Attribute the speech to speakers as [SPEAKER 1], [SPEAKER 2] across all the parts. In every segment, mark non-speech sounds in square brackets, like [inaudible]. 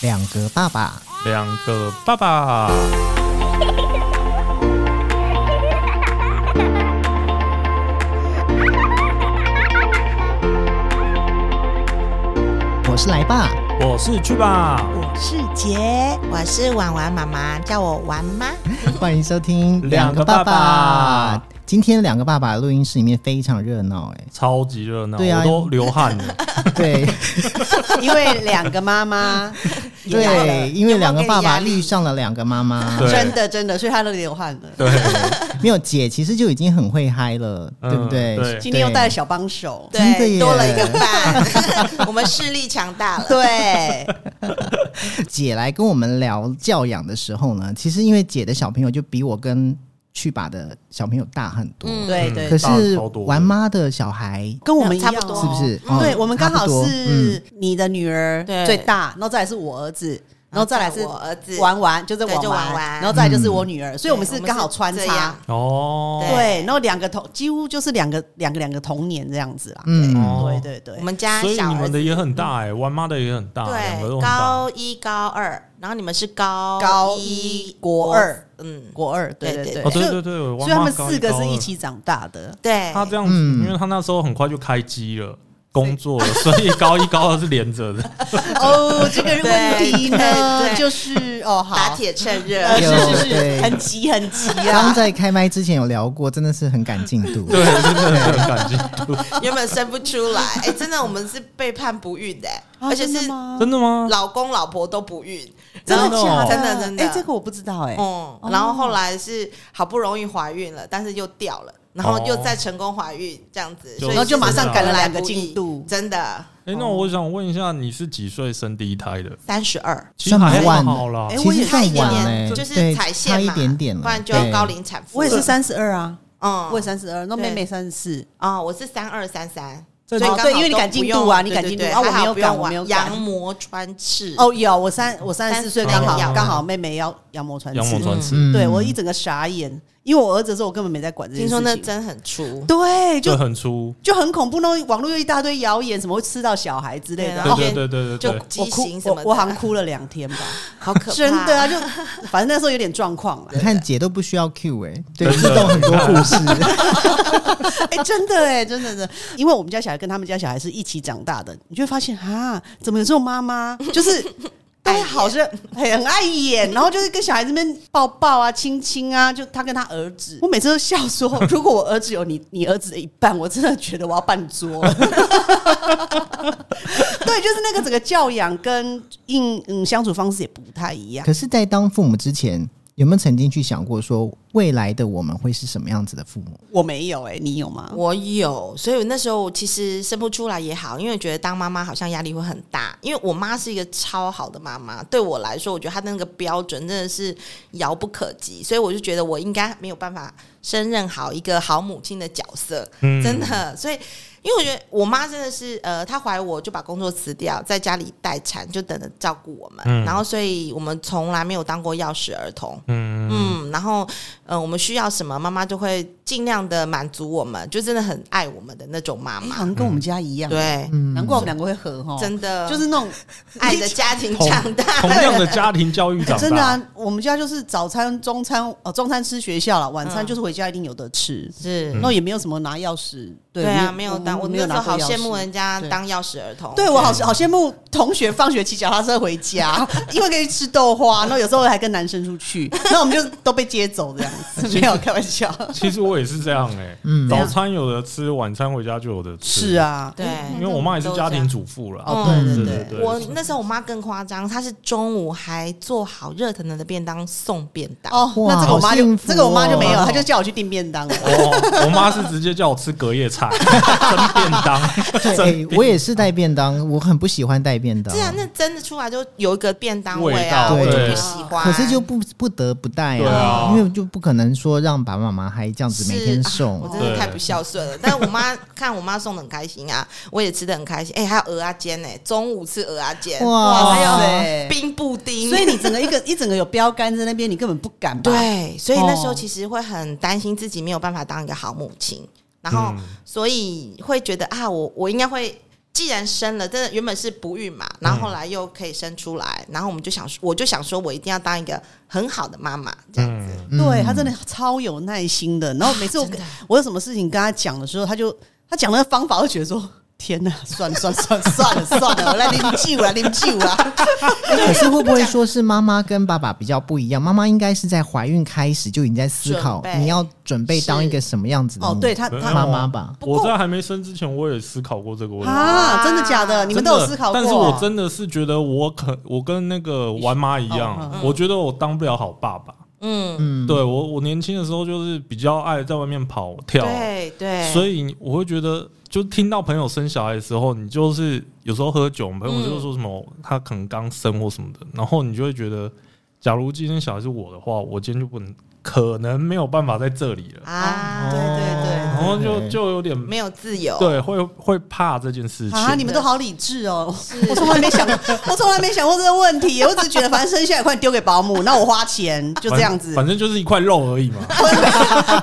[SPEAKER 1] 两个爸爸，
[SPEAKER 2] 两个爸爸。
[SPEAKER 1] 我是来爸， [laughs]
[SPEAKER 2] 我是去吧，
[SPEAKER 3] 我是杰，我是婉婉妈妈，叫我玩
[SPEAKER 4] [laughs]
[SPEAKER 3] 妈。
[SPEAKER 1] 欢迎收听
[SPEAKER 2] 两个爸爸
[SPEAKER 1] 今天两个爸爸的录音室里面非常热闹，
[SPEAKER 2] [laughs]
[SPEAKER 1] 哎，
[SPEAKER 2] 超级热闹，
[SPEAKER 1] 对啊
[SPEAKER 2] 我都流汗了。
[SPEAKER 1] 对
[SPEAKER 4] [laughs] 因为两个妈妈也来了，
[SPEAKER 1] 对，因为两个爸爸
[SPEAKER 3] 有没有给你压力
[SPEAKER 1] 遇上了两个妈
[SPEAKER 4] [laughs]
[SPEAKER 1] 妈，
[SPEAKER 2] 对
[SPEAKER 4] 真的真的，所以她都流汗了。
[SPEAKER 2] 对，
[SPEAKER 1] 没有姐其实就已经很会嗨了，
[SPEAKER 2] 嗯
[SPEAKER 1] 对不对？
[SPEAKER 2] 对
[SPEAKER 4] 今天又带了小帮手，
[SPEAKER 1] 真的耶
[SPEAKER 3] 对，多了一个
[SPEAKER 4] [laughs]
[SPEAKER 3] 伴，我们势力强大了。
[SPEAKER 4] 对，
[SPEAKER 1] 姐来跟我们聊教养的时候呢，其实因为姐的小朋友就比我跟去把的小朋友大很多，
[SPEAKER 3] 嗯
[SPEAKER 4] 对对
[SPEAKER 1] 可
[SPEAKER 4] 对，
[SPEAKER 1] 是
[SPEAKER 2] 大了超多的
[SPEAKER 1] 玩妈的小孩
[SPEAKER 4] 跟我们一样
[SPEAKER 3] 差不多
[SPEAKER 1] 是不是？
[SPEAKER 4] 嗯
[SPEAKER 1] 哦
[SPEAKER 4] 对，我们刚
[SPEAKER 1] 差
[SPEAKER 4] 好
[SPEAKER 1] 不多嗯
[SPEAKER 4] 是你的女儿
[SPEAKER 3] 对
[SPEAKER 4] 最大，然后再来是我儿子，然后再来是
[SPEAKER 3] 我儿子
[SPEAKER 4] 玩玩，就是
[SPEAKER 3] 对
[SPEAKER 4] 玩
[SPEAKER 3] 就玩玩
[SPEAKER 4] 然后再来就是我女儿，所以我们是刚好穿
[SPEAKER 3] 对我们是这
[SPEAKER 4] 插
[SPEAKER 3] 样。
[SPEAKER 2] 哦，
[SPEAKER 4] 对，然后两个同几乎就是两个两个两个童年这样子啦。
[SPEAKER 1] 嗯，
[SPEAKER 2] 哦
[SPEAKER 4] 对对对
[SPEAKER 3] 我，们家
[SPEAKER 2] 所以
[SPEAKER 3] 小
[SPEAKER 2] 你
[SPEAKER 3] 儿
[SPEAKER 2] 们的
[SPEAKER 3] 子
[SPEAKER 2] 也很大哎，玩妈的也很大，两个都很
[SPEAKER 3] 对
[SPEAKER 2] 大。
[SPEAKER 3] 高一高二，然后你们是高
[SPEAKER 4] 高一
[SPEAKER 3] 一
[SPEAKER 4] 国二，
[SPEAKER 3] 嗯，
[SPEAKER 4] 国二，对
[SPEAKER 3] 对
[SPEAKER 4] 对
[SPEAKER 3] 对
[SPEAKER 2] 哦，对
[SPEAKER 4] 就
[SPEAKER 2] 对对，
[SPEAKER 4] 所
[SPEAKER 2] 玩
[SPEAKER 4] 以他
[SPEAKER 2] 妈
[SPEAKER 4] 们
[SPEAKER 2] 高
[SPEAKER 4] 四个是
[SPEAKER 2] 高
[SPEAKER 4] 一
[SPEAKER 2] 二
[SPEAKER 4] 起长大的。
[SPEAKER 3] 对，
[SPEAKER 2] 他这样子，
[SPEAKER 1] 嗯
[SPEAKER 2] 因为他那时候很快就开机了。工作了， [laughs] 所以高一高二是连着的。
[SPEAKER 4] 哦，这个问
[SPEAKER 3] [laughs] 对
[SPEAKER 4] 题呢
[SPEAKER 3] 对，对
[SPEAKER 4] 就是哦，好，
[SPEAKER 3] 打铁趁
[SPEAKER 4] [laughs]
[SPEAKER 3] 热，
[SPEAKER 4] 呃，
[SPEAKER 1] 有
[SPEAKER 4] 是是
[SPEAKER 1] 对
[SPEAKER 4] 是，很急很急
[SPEAKER 1] 刚刚
[SPEAKER 4] 啊。
[SPEAKER 1] 在开麦之前有聊过，真的是很赶进度。
[SPEAKER 2] 对，真的很感激。
[SPEAKER 3] [laughs] 原本生不出来，哎，真的我们是背叛不孕的，而且是
[SPEAKER 4] 啊吗
[SPEAKER 2] 真的吗？
[SPEAKER 3] 老公老婆都不孕，
[SPEAKER 4] 真
[SPEAKER 3] 然
[SPEAKER 4] 的
[SPEAKER 3] 后
[SPEAKER 2] 真的哦
[SPEAKER 4] 假
[SPEAKER 3] 真的真的
[SPEAKER 4] 哎，这个我不知道哎。
[SPEAKER 3] 嗯，然后后来是好不容易怀孕了，但是又掉了，然后又再成功怀孕这样子，
[SPEAKER 2] 就
[SPEAKER 3] 所以
[SPEAKER 2] 然后就马上
[SPEAKER 3] 是
[SPEAKER 2] 赶
[SPEAKER 4] 了
[SPEAKER 3] 得来
[SPEAKER 4] 两个
[SPEAKER 3] 不易
[SPEAKER 4] 进度
[SPEAKER 3] 真的
[SPEAKER 2] 哎，那我想问一下，你是几岁生第一胎的？
[SPEAKER 3] 三十二。
[SPEAKER 2] 其实
[SPEAKER 1] 算
[SPEAKER 2] 还
[SPEAKER 1] 晚
[SPEAKER 2] 好啦
[SPEAKER 4] 哎，
[SPEAKER 1] 其实
[SPEAKER 3] 差
[SPEAKER 1] 算
[SPEAKER 3] 一点
[SPEAKER 1] 晚嘞，
[SPEAKER 3] 点，就是
[SPEAKER 1] 对
[SPEAKER 3] 踩
[SPEAKER 1] 差
[SPEAKER 3] 线
[SPEAKER 1] 一
[SPEAKER 3] 嘛，
[SPEAKER 1] 点点了，
[SPEAKER 3] 不然就要
[SPEAKER 1] 对
[SPEAKER 3] 高龄产妇。
[SPEAKER 4] 我也是，三十二啊，
[SPEAKER 3] 嗯，
[SPEAKER 4] 我也三十二，那
[SPEAKER 3] 对
[SPEAKER 4] 妹妹三十四。
[SPEAKER 3] 啊，我是三二三三，
[SPEAKER 2] 在
[SPEAKER 3] 所以刚好
[SPEAKER 4] 对因为你
[SPEAKER 3] 都
[SPEAKER 4] 赶进
[SPEAKER 3] 不用
[SPEAKER 4] 度啊你
[SPEAKER 3] 对
[SPEAKER 4] 赶
[SPEAKER 3] 对
[SPEAKER 4] 进
[SPEAKER 3] 对
[SPEAKER 4] 度啊我
[SPEAKER 3] 还好
[SPEAKER 4] 没有
[SPEAKER 3] 不
[SPEAKER 4] 赶
[SPEAKER 3] 用
[SPEAKER 4] 我
[SPEAKER 3] 往
[SPEAKER 4] 没有赶
[SPEAKER 3] 羊膜穿刺，
[SPEAKER 4] 哦，有我三我三十四
[SPEAKER 3] 34
[SPEAKER 4] 岁刚好
[SPEAKER 2] 那个
[SPEAKER 4] 刚好妹妹要羊膜穿
[SPEAKER 2] 羊膜
[SPEAKER 4] 刺，
[SPEAKER 2] 穿刺，
[SPEAKER 1] 嗯
[SPEAKER 4] 对我一整个傻眼，因为我儿子的时候我根本没在管这件
[SPEAKER 3] 听
[SPEAKER 4] 事
[SPEAKER 3] 说
[SPEAKER 4] 情。
[SPEAKER 3] 那针很粗，
[SPEAKER 4] 对，
[SPEAKER 2] 这
[SPEAKER 4] 就
[SPEAKER 2] 很粗。
[SPEAKER 4] 就很恐怖，那网络又一大堆谣言，什么会吃到小孩之类
[SPEAKER 3] 对
[SPEAKER 4] 的。
[SPEAKER 3] 啊
[SPEAKER 4] 哦
[SPEAKER 2] 对
[SPEAKER 3] 后
[SPEAKER 2] 对
[SPEAKER 3] 面
[SPEAKER 2] 对对对
[SPEAKER 3] 就
[SPEAKER 2] 对，
[SPEAKER 3] 畸形什
[SPEAKER 4] 我
[SPEAKER 3] 么的，
[SPEAKER 4] 哭我我好像哭了两天吧，
[SPEAKER 3] 好可怕，
[SPEAKER 4] [laughs] 真的啊，就反正那时候有点状况了
[SPEAKER 1] 你。看姐都不需要 Q
[SPEAKER 2] [laughs]
[SPEAKER 1] 哎、对，
[SPEAKER 2] 真
[SPEAKER 1] 自
[SPEAKER 2] 的
[SPEAKER 1] 动很多故
[SPEAKER 2] [laughs]
[SPEAKER 1] 事，
[SPEAKER 4] 哎、真的哎、真的真的，因为我们家小孩跟他们家小孩是一起长大的，你就会发现啊，怎么有这种妈妈，就是大家好像很爱演，然后就是跟小孩子们抱抱啊、亲亲啊，就他跟他儿子，我每次都笑
[SPEAKER 3] [laughs]
[SPEAKER 4] 说，如果我儿子有你你儿子的一半，我真的觉得我要办
[SPEAKER 3] [laughs]
[SPEAKER 4] 桌了。对，就是那个整个教养跟应嗯相处方式也不太一样。
[SPEAKER 1] 可是，在当父母之前，有没有曾经去想过说，未来的我们会是什么样子的父母？
[SPEAKER 4] 我没有哎、你有吗？
[SPEAKER 3] 我有，所以那时候其实生不出来也好，因为我觉得当妈妈好像压力会很大。因为我妈是一个超好的妈妈，对我来说，我觉得她的那个标准真的是遥不可及，所以我就觉得我应该没有办法胜任好一个好母亲的角色，
[SPEAKER 2] 嗯
[SPEAKER 3] 真的。所以，因为我觉得我妈真的是，呃，她怀我就把工作辞掉，在家里待产，就等着照顾我们。
[SPEAKER 2] 嗯
[SPEAKER 3] 然后，所以我们从来没有当过钥匙儿童。
[SPEAKER 2] 嗯
[SPEAKER 3] 嗯，然后呃，我们需要什么，妈妈就会尽量的满足我们，就真的很爱我们的那种妈
[SPEAKER 4] 哎、
[SPEAKER 3] 妈。
[SPEAKER 4] 好像跟我们家一样，，
[SPEAKER 3] 对，
[SPEAKER 1] 嗯
[SPEAKER 4] 难怪我们两个会合哈，
[SPEAKER 3] 真的
[SPEAKER 4] 就是
[SPEAKER 1] [laughs]
[SPEAKER 4] 那种
[SPEAKER 3] 爱的家庭长大，
[SPEAKER 2] [laughs] 同样的家庭教育长大，
[SPEAKER 4] 真的啊，我们家就是早餐、中餐，哦，中餐吃学校了，晚餐就是回家一定有的吃，
[SPEAKER 3] 嗯
[SPEAKER 1] 嗯
[SPEAKER 3] 是
[SPEAKER 4] 然后也没有什么拿钥匙。
[SPEAKER 3] 对啊，没有当我
[SPEAKER 4] 没
[SPEAKER 3] 那
[SPEAKER 4] 有
[SPEAKER 3] 时候
[SPEAKER 4] 拿
[SPEAKER 3] 好
[SPEAKER 4] 过钥
[SPEAKER 3] 羡
[SPEAKER 4] 匙
[SPEAKER 3] 慕人家
[SPEAKER 4] 对
[SPEAKER 3] 当钥匙儿童。
[SPEAKER 4] 对我好好羡慕同学放学骑脚踏车回
[SPEAKER 1] [laughs]
[SPEAKER 4] 家，因为可以吃豆花，然后有时候还跟男生出去，然后我们就都被接走这样子，没有开玩笑。
[SPEAKER 2] 其实我也是这样哎、
[SPEAKER 1] 嗯
[SPEAKER 2] 早餐有的吃，晚餐回家就有的吃。
[SPEAKER 4] 是，啊，
[SPEAKER 3] 对，
[SPEAKER 2] 因为我妈也是家庭主妇了。
[SPEAKER 4] 哦，
[SPEAKER 3] 嗯
[SPEAKER 4] 对对
[SPEAKER 2] 对
[SPEAKER 4] 对
[SPEAKER 2] 对
[SPEAKER 3] 我那时候我妈更夸张，她是中午还做好热腾腾的便当送便当。
[SPEAKER 4] 哦，
[SPEAKER 1] 哇
[SPEAKER 4] 那这个我妈
[SPEAKER 1] 好
[SPEAKER 4] 就
[SPEAKER 1] 幸福哦
[SPEAKER 4] 这个我妈就没有，她就叫我去订便当了。
[SPEAKER 2] 哦我我妈是直接叫我吃隔夜
[SPEAKER 4] [laughs]
[SPEAKER 2] 菜、蒸便当、
[SPEAKER 1] 对、
[SPEAKER 2] 蒸
[SPEAKER 1] 欸我也是带便当，我很不喜欢带便当
[SPEAKER 3] 对，啊，那真的出来就有一个便当
[SPEAKER 2] 味
[SPEAKER 3] 啊，
[SPEAKER 2] 道
[SPEAKER 3] 我就
[SPEAKER 1] 对
[SPEAKER 3] 不喜欢。
[SPEAKER 1] 可是就不不得不带
[SPEAKER 2] 对
[SPEAKER 1] 啊，
[SPEAKER 2] 啊
[SPEAKER 1] 因为就不可能说让爸爸妈妈还这样子每天
[SPEAKER 3] 是啊
[SPEAKER 1] 送。
[SPEAKER 3] 我真的太不孝顺了。但是我妈看我妈送的很开心啊，我也吃的很开心。哎、还有鹅啊煎呢、中午吃鹅啊煎，
[SPEAKER 1] 哇
[SPEAKER 3] 还
[SPEAKER 4] 塞
[SPEAKER 3] 有冰布丁，
[SPEAKER 4] 所以你整个一个一整个有标杆在那边，你根本不敢吧？
[SPEAKER 3] 对，啊所以那时
[SPEAKER 4] 哦
[SPEAKER 3] 候其实会很担心自己没有办法当一个好母亲，然后所以会觉得啊，我我应该会。既然生了，真的原本是不孕嘛，然后后来又可以生出来，然后我们就想说，我就想说我一定要当一个很好的妈妈，这样子。
[SPEAKER 1] 嗯
[SPEAKER 4] 对他真的超有耐心的。然后每次我跟、我有什么事情跟他讲的时候，他就他讲那个方法，我就觉得说。天呐，算了算了算了算了算了，我来领救啦，领救啦！
[SPEAKER 1] 可是会不会说是妈妈跟爸爸比较不一样？妈妈应该是在怀孕开始就已经在思考
[SPEAKER 3] 准备
[SPEAKER 1] 你要准备当一个什么样子的
[SPEAKER 4] 哦，对
[SPEAKER 1] 母
[SPEAKER 2] 嗯
[SPEAKER 4] 他他
[SPEAKER 1] 妈妈吧。
[SPEAKER 4] 不过
[SPEAKER 2] 我在还没生之前，我也思考过这个问题。
[SPEAKER 4] 啊，真的假的？你们都有思考过？啊
[SPEAKER 2] 真的但是我真的是觉得我可，我跟那个玩妈一
[SPEAKER 4] 哦
[SPEAKER 2] 样，
[SPEAKER 4] 嗯
[SPEAKER 2] 我觉得我当不了好爸爸。
[SPEAKER 3] 嗯，
[SPEAKER 1] 嗯，
[SPEAKER 2] 对我，我年轻的时候就是比较爱在外面跑跳，
[SPEAKER 3] 对
[SPEAKER 4] 哎
[SPEAKER 3] 对，
[SPEAKER 2] 所
[SPEAKER 3] 以
[SPEAKER 2] 以我会觉得，就听到朋友生小孩的时候，你就是有时候喝酒，朋友就说什么、他可能刚生或什么的，然后你就会觉得，假如今天小孩是我的话，我今天就不能，可能没有办法在这里了，
[SPEAKER 3] 啊，
[SPEAKER 4] 对对对
[SPEAKER 2] 然后就
[SPEAKER 1] 对
[SPEAKER 2] 就有点
[SPEAKER 3] 没有自由，
[SPEAKER 2] 哦对，会会怕这件事情。
[SPEAKER 4] 啊，你们都好理智哦！我从来没想过， [laughs] 我从来没想过这个问题。我只是觉得，反正生下来快丢给保姆，那我花钱就这样子，
[SPEAKER 2] 反反正就是一块肉而已
[SPEAKER 4] [laughs]
[SPEAKER 2] 嘛。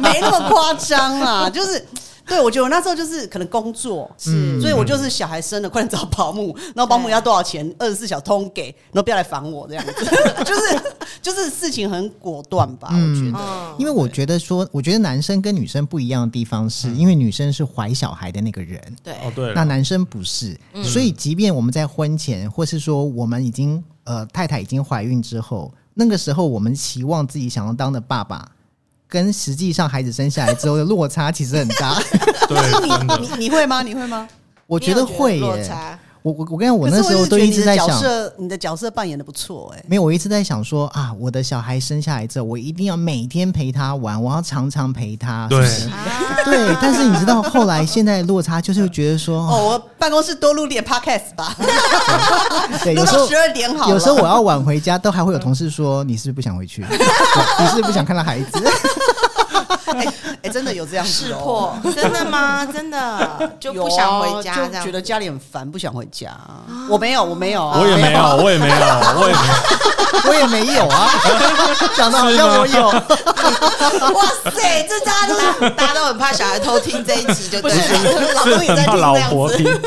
[SPEAKER 4] 没那么夸
[SPEAKER 1] [laughs]
[SPEAKER 4] 张啦。就是，对我觉得我那时候就是可能工作，
[SPEAKER 1] 嗯
[SPEAKER 4] 所以我就是小孩生了，快点找保姆，然后保姆要多少钱，
[SPEAKER 1] 嗯
[SPEAKER 4] 二十四小时通给，然后不要来烦我这样子， [laughs] 就是就是事情很果断吧，我觉
[SPEAKER 1] 嗯
[SPEAKER 4] 得。
[SPEAKER 3] 嗯，
[SPEAKER 1] 因为我觉得说，我觉得男生跟女生不一样的地方是，因为女生是怀小孩的那个人，
[SPEAKER 3] 对，
[SPEAKER 2] 哦，对
[SPEAKER 1] 那
[SPEAKER 2] 了，
[SPEAKER 1] 男生不是，所以即便我们在婚前，或是说我们已经呃太太已经怀孕之后，那个时候我们期望自己想要当的爸爸，跟实际上孩子生下来之后的落差其实很大。
[SPEAKER 2] 对，真
[SPEAKER 4] 你
[SPEAKER 2] 的。
[SPEAKER 4] 你会吗？你会吗？
[SPEAKER 1] 我觉得会
[SPEAKER 3] 落
[SPEAKER 1] 耶，
[SPEAKER 4] [laughs]
[SPEAKER 3] 差，
[SPEAKER 1] 我我我跟你讲，我那
[SPEAKER 4] 可是
[SPEAKER 1] 时候
[SPEAKER 4] 就
[SPEAKER 1] 都
[SPEAKER 4] 觉得
[SPEAKER 1] 一
[SPEAKER 4] 你
[SPEAKER 1] 直
[SPEAKER 4] 的
[SPEAKER 1] 在
[SPEAKER 4] 角
[SPEAKER 1] 想，
[SPEAKER 4] 色，你的角色扮演的不错哎、
[SPEAKER 1] 没有，我一直在想说啊，我的小孩生下来之后，我一定要每天陪他玩，我要常常陪他。
[SPEAKER 2] 对
[SPEAKER 1] 是不是
[SPEAKER 3] 啊
[SPEAKER 1] 对，但是你知道后来现在的落差就是觉得说，
[SPEAKER 4] 哦，我办公室多录点 podcast 吧，
[SPEAKER 1] 对，
[SPEAKER 4] 录
[SPEAKER 1] 有时
[SPEAKER 4] 到
[SPEAKER 1] 候
[SPEAKER 4] 十二点好了。
[SPEAKER 1] 有时候我要晚回家，都还会有同事说你是不是不想
[SPEAKER 4] [laughs]
[SPEAKER 1] 回去，你是不是不想看到孩子？
[SPEAKER 4] 哎、哎真的有这样
[SPEAKER 3] [laughs]
[SPEAKER 4] 子
[SPEAKER 3] 识
[SPEAKER 4] 哦
[SPEAKER 3] 破，真的
[SPEAKER 4] [laughs]
[SPEAKER 3] 吗？真的就
[SPEAKER 4] 有
[SPEAKER 3] 不
[SPEAKER 4] 啊
[SPEAKER 3] 想回家这
[SPEAKER 4] 就
[SPEAKER 3] 样，啊
[SPEAKER 4] 觉得家里很烦，不想回家。啊我没有，我没有，啊
[SPEAKER 2] 我也没
[SPEAKER 1] 啊
[SPEAKER 2] 有，我也没有，我也没
[SPEAKER 4] [laughs]
[SPEAKER 2] 有。
[SPEAKER 1] 我也没有啊，讲的好像我有，
[SPEAKER 3] [laughs] 哇塞，这大家都是大家都很怕小孩偷听这一集，就
[SPEAKER 4] 不
[SPEAKER 3] 对
[SPEAKER 4] 是
[SPEAKER 3] 了。
[SPEAKER 4] 老
[SPEAKER 2] 是
[SPEAKER 4] 公也在
[SPEAKER 2] 很
[SPEAKER 4] 听
[SPEAKER 2] 怕
[SPEAKER 4] 这
[SPEAKER 2] 老
[SPEAKER 4] 样
[SPEAKER 2] 婆
[SPEAKER 4] 子。
[SPEAKER 2] 听。 [laughs]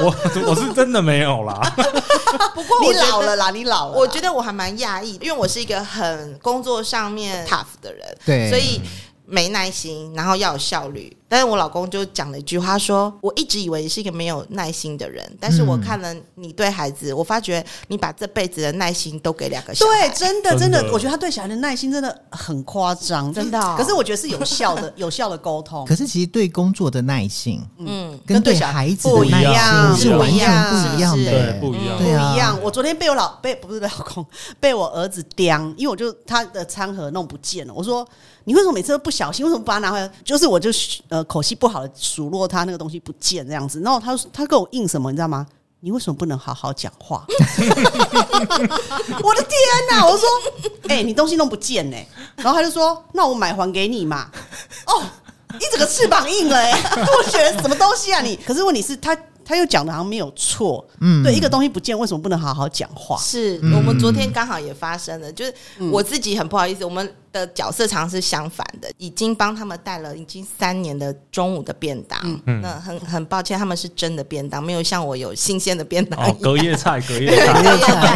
[SPEAKER 2] 我我是真的没有啦，
[SPEAKER 4] 哎
[SPEAKER 3] 不过
[SPEAKER 4] [laughs] 你
[SPEAKER 3] 我觉得
[SPEAKER 4] 老了啦，你老了啦。
[SPEAKER 3] 我觉得我还蛮讶异，因为我是一个很工作上面 tough 的人，
[SPEAKER 1] 对
[SPEAKER 3] 所以没耐心，然后要有效率。但是我老公就讲了一句话说我一直以为你是一个没有耐心的人，但是我
[SPEAKER 1] 嗯
[SPEAKER 3] 看了你对孩子，我发觉你把这辈子的耐心都给两个小孩
[SPEAKER 4] 对，，真的真
[SPEAKER 2] 真的
[SPEAKER 4] 的，我觉得他对小孩的耐心真的很夸张，
[SPEAKER 3] 真的哦
[SPEAKER 4] [laughs] 可是我觉得是有效的， [laughs] 有效的沟通
[SPEAKER 1] 可。是其实对工作的耐性
[SPEAKER 3] 嗯，
[SPEAKER 1] 跟对
[SPEAKER 4] 跟对小孩
[SPEAKER 1] 孩子
[SPEAKER 4] 不
[SPEAKER 1] 的
[SPEAKER 4] 一
[SPEAKER 1] 耐
[SPEAKER 4] 样
[SPEAKER 1] 心是完全
[SPEAKER 4] 不
[SPEAKER 1] 不
[SPEAKER 4] 一
[SPEAKER 1] 一样
[SPEAKER 3] 样
[SPEAKER 1] 的
[SPEAKER 2] 对，
[SPEAKER 1] 耶，
[SPEAKER 2] 不一样
[SPEAKER 4] 不。
[SPEAKER 1] 对啊
[SPEAKER 4] 一样，我昨天被我老被不是被老公 [laughs] 被我儿子刁，因为我就他的餐盒弄不见了。我说你为什么每次都不小心？为什么不把它拿回来？就是我就呃口气不好的数落他那个东西不见这样子。然后他他跟我硬什么，你知道吗？你为什么不能好好讲话？ [laughs] 我的天哪、我说， [laughs] 哎、你东西弄不见呢、然后他就说，那我买还给你嘛。哦，一整个翅膀硬了、哎， [laughs] 我觉得什么东西啊你？可是问题是他他又讲的好像没有错，
[SPEAKER 1] 嗯
[SPEAKER 4] 对，一个东西不见，为什么不能好好讲话？
[SPEAKER 3] 是
[SPEAKER 1] 嗯
[SPEAKER 3] 我们昨天刚好也发生了，就是
[SPEAKER 2] 嗯
[SPEAKER 3] 我自己很不好意思，我们的角色常常是相反的，已经帮他们带了已经三年的中午的便当，
[SPEAKER 2] 嗯
[SPEAKER 3] 那很很抱歉，他们是真的便当，没有像我有新鲜的便当一
[SPEAKER 2] 哦
[SPEAKER 3] 样，。
[SPEAKER 2] [laughs] 隔夜菜，隔夜
[SPEAKER 4] [laughs]
[SPEAKER 2] 菜，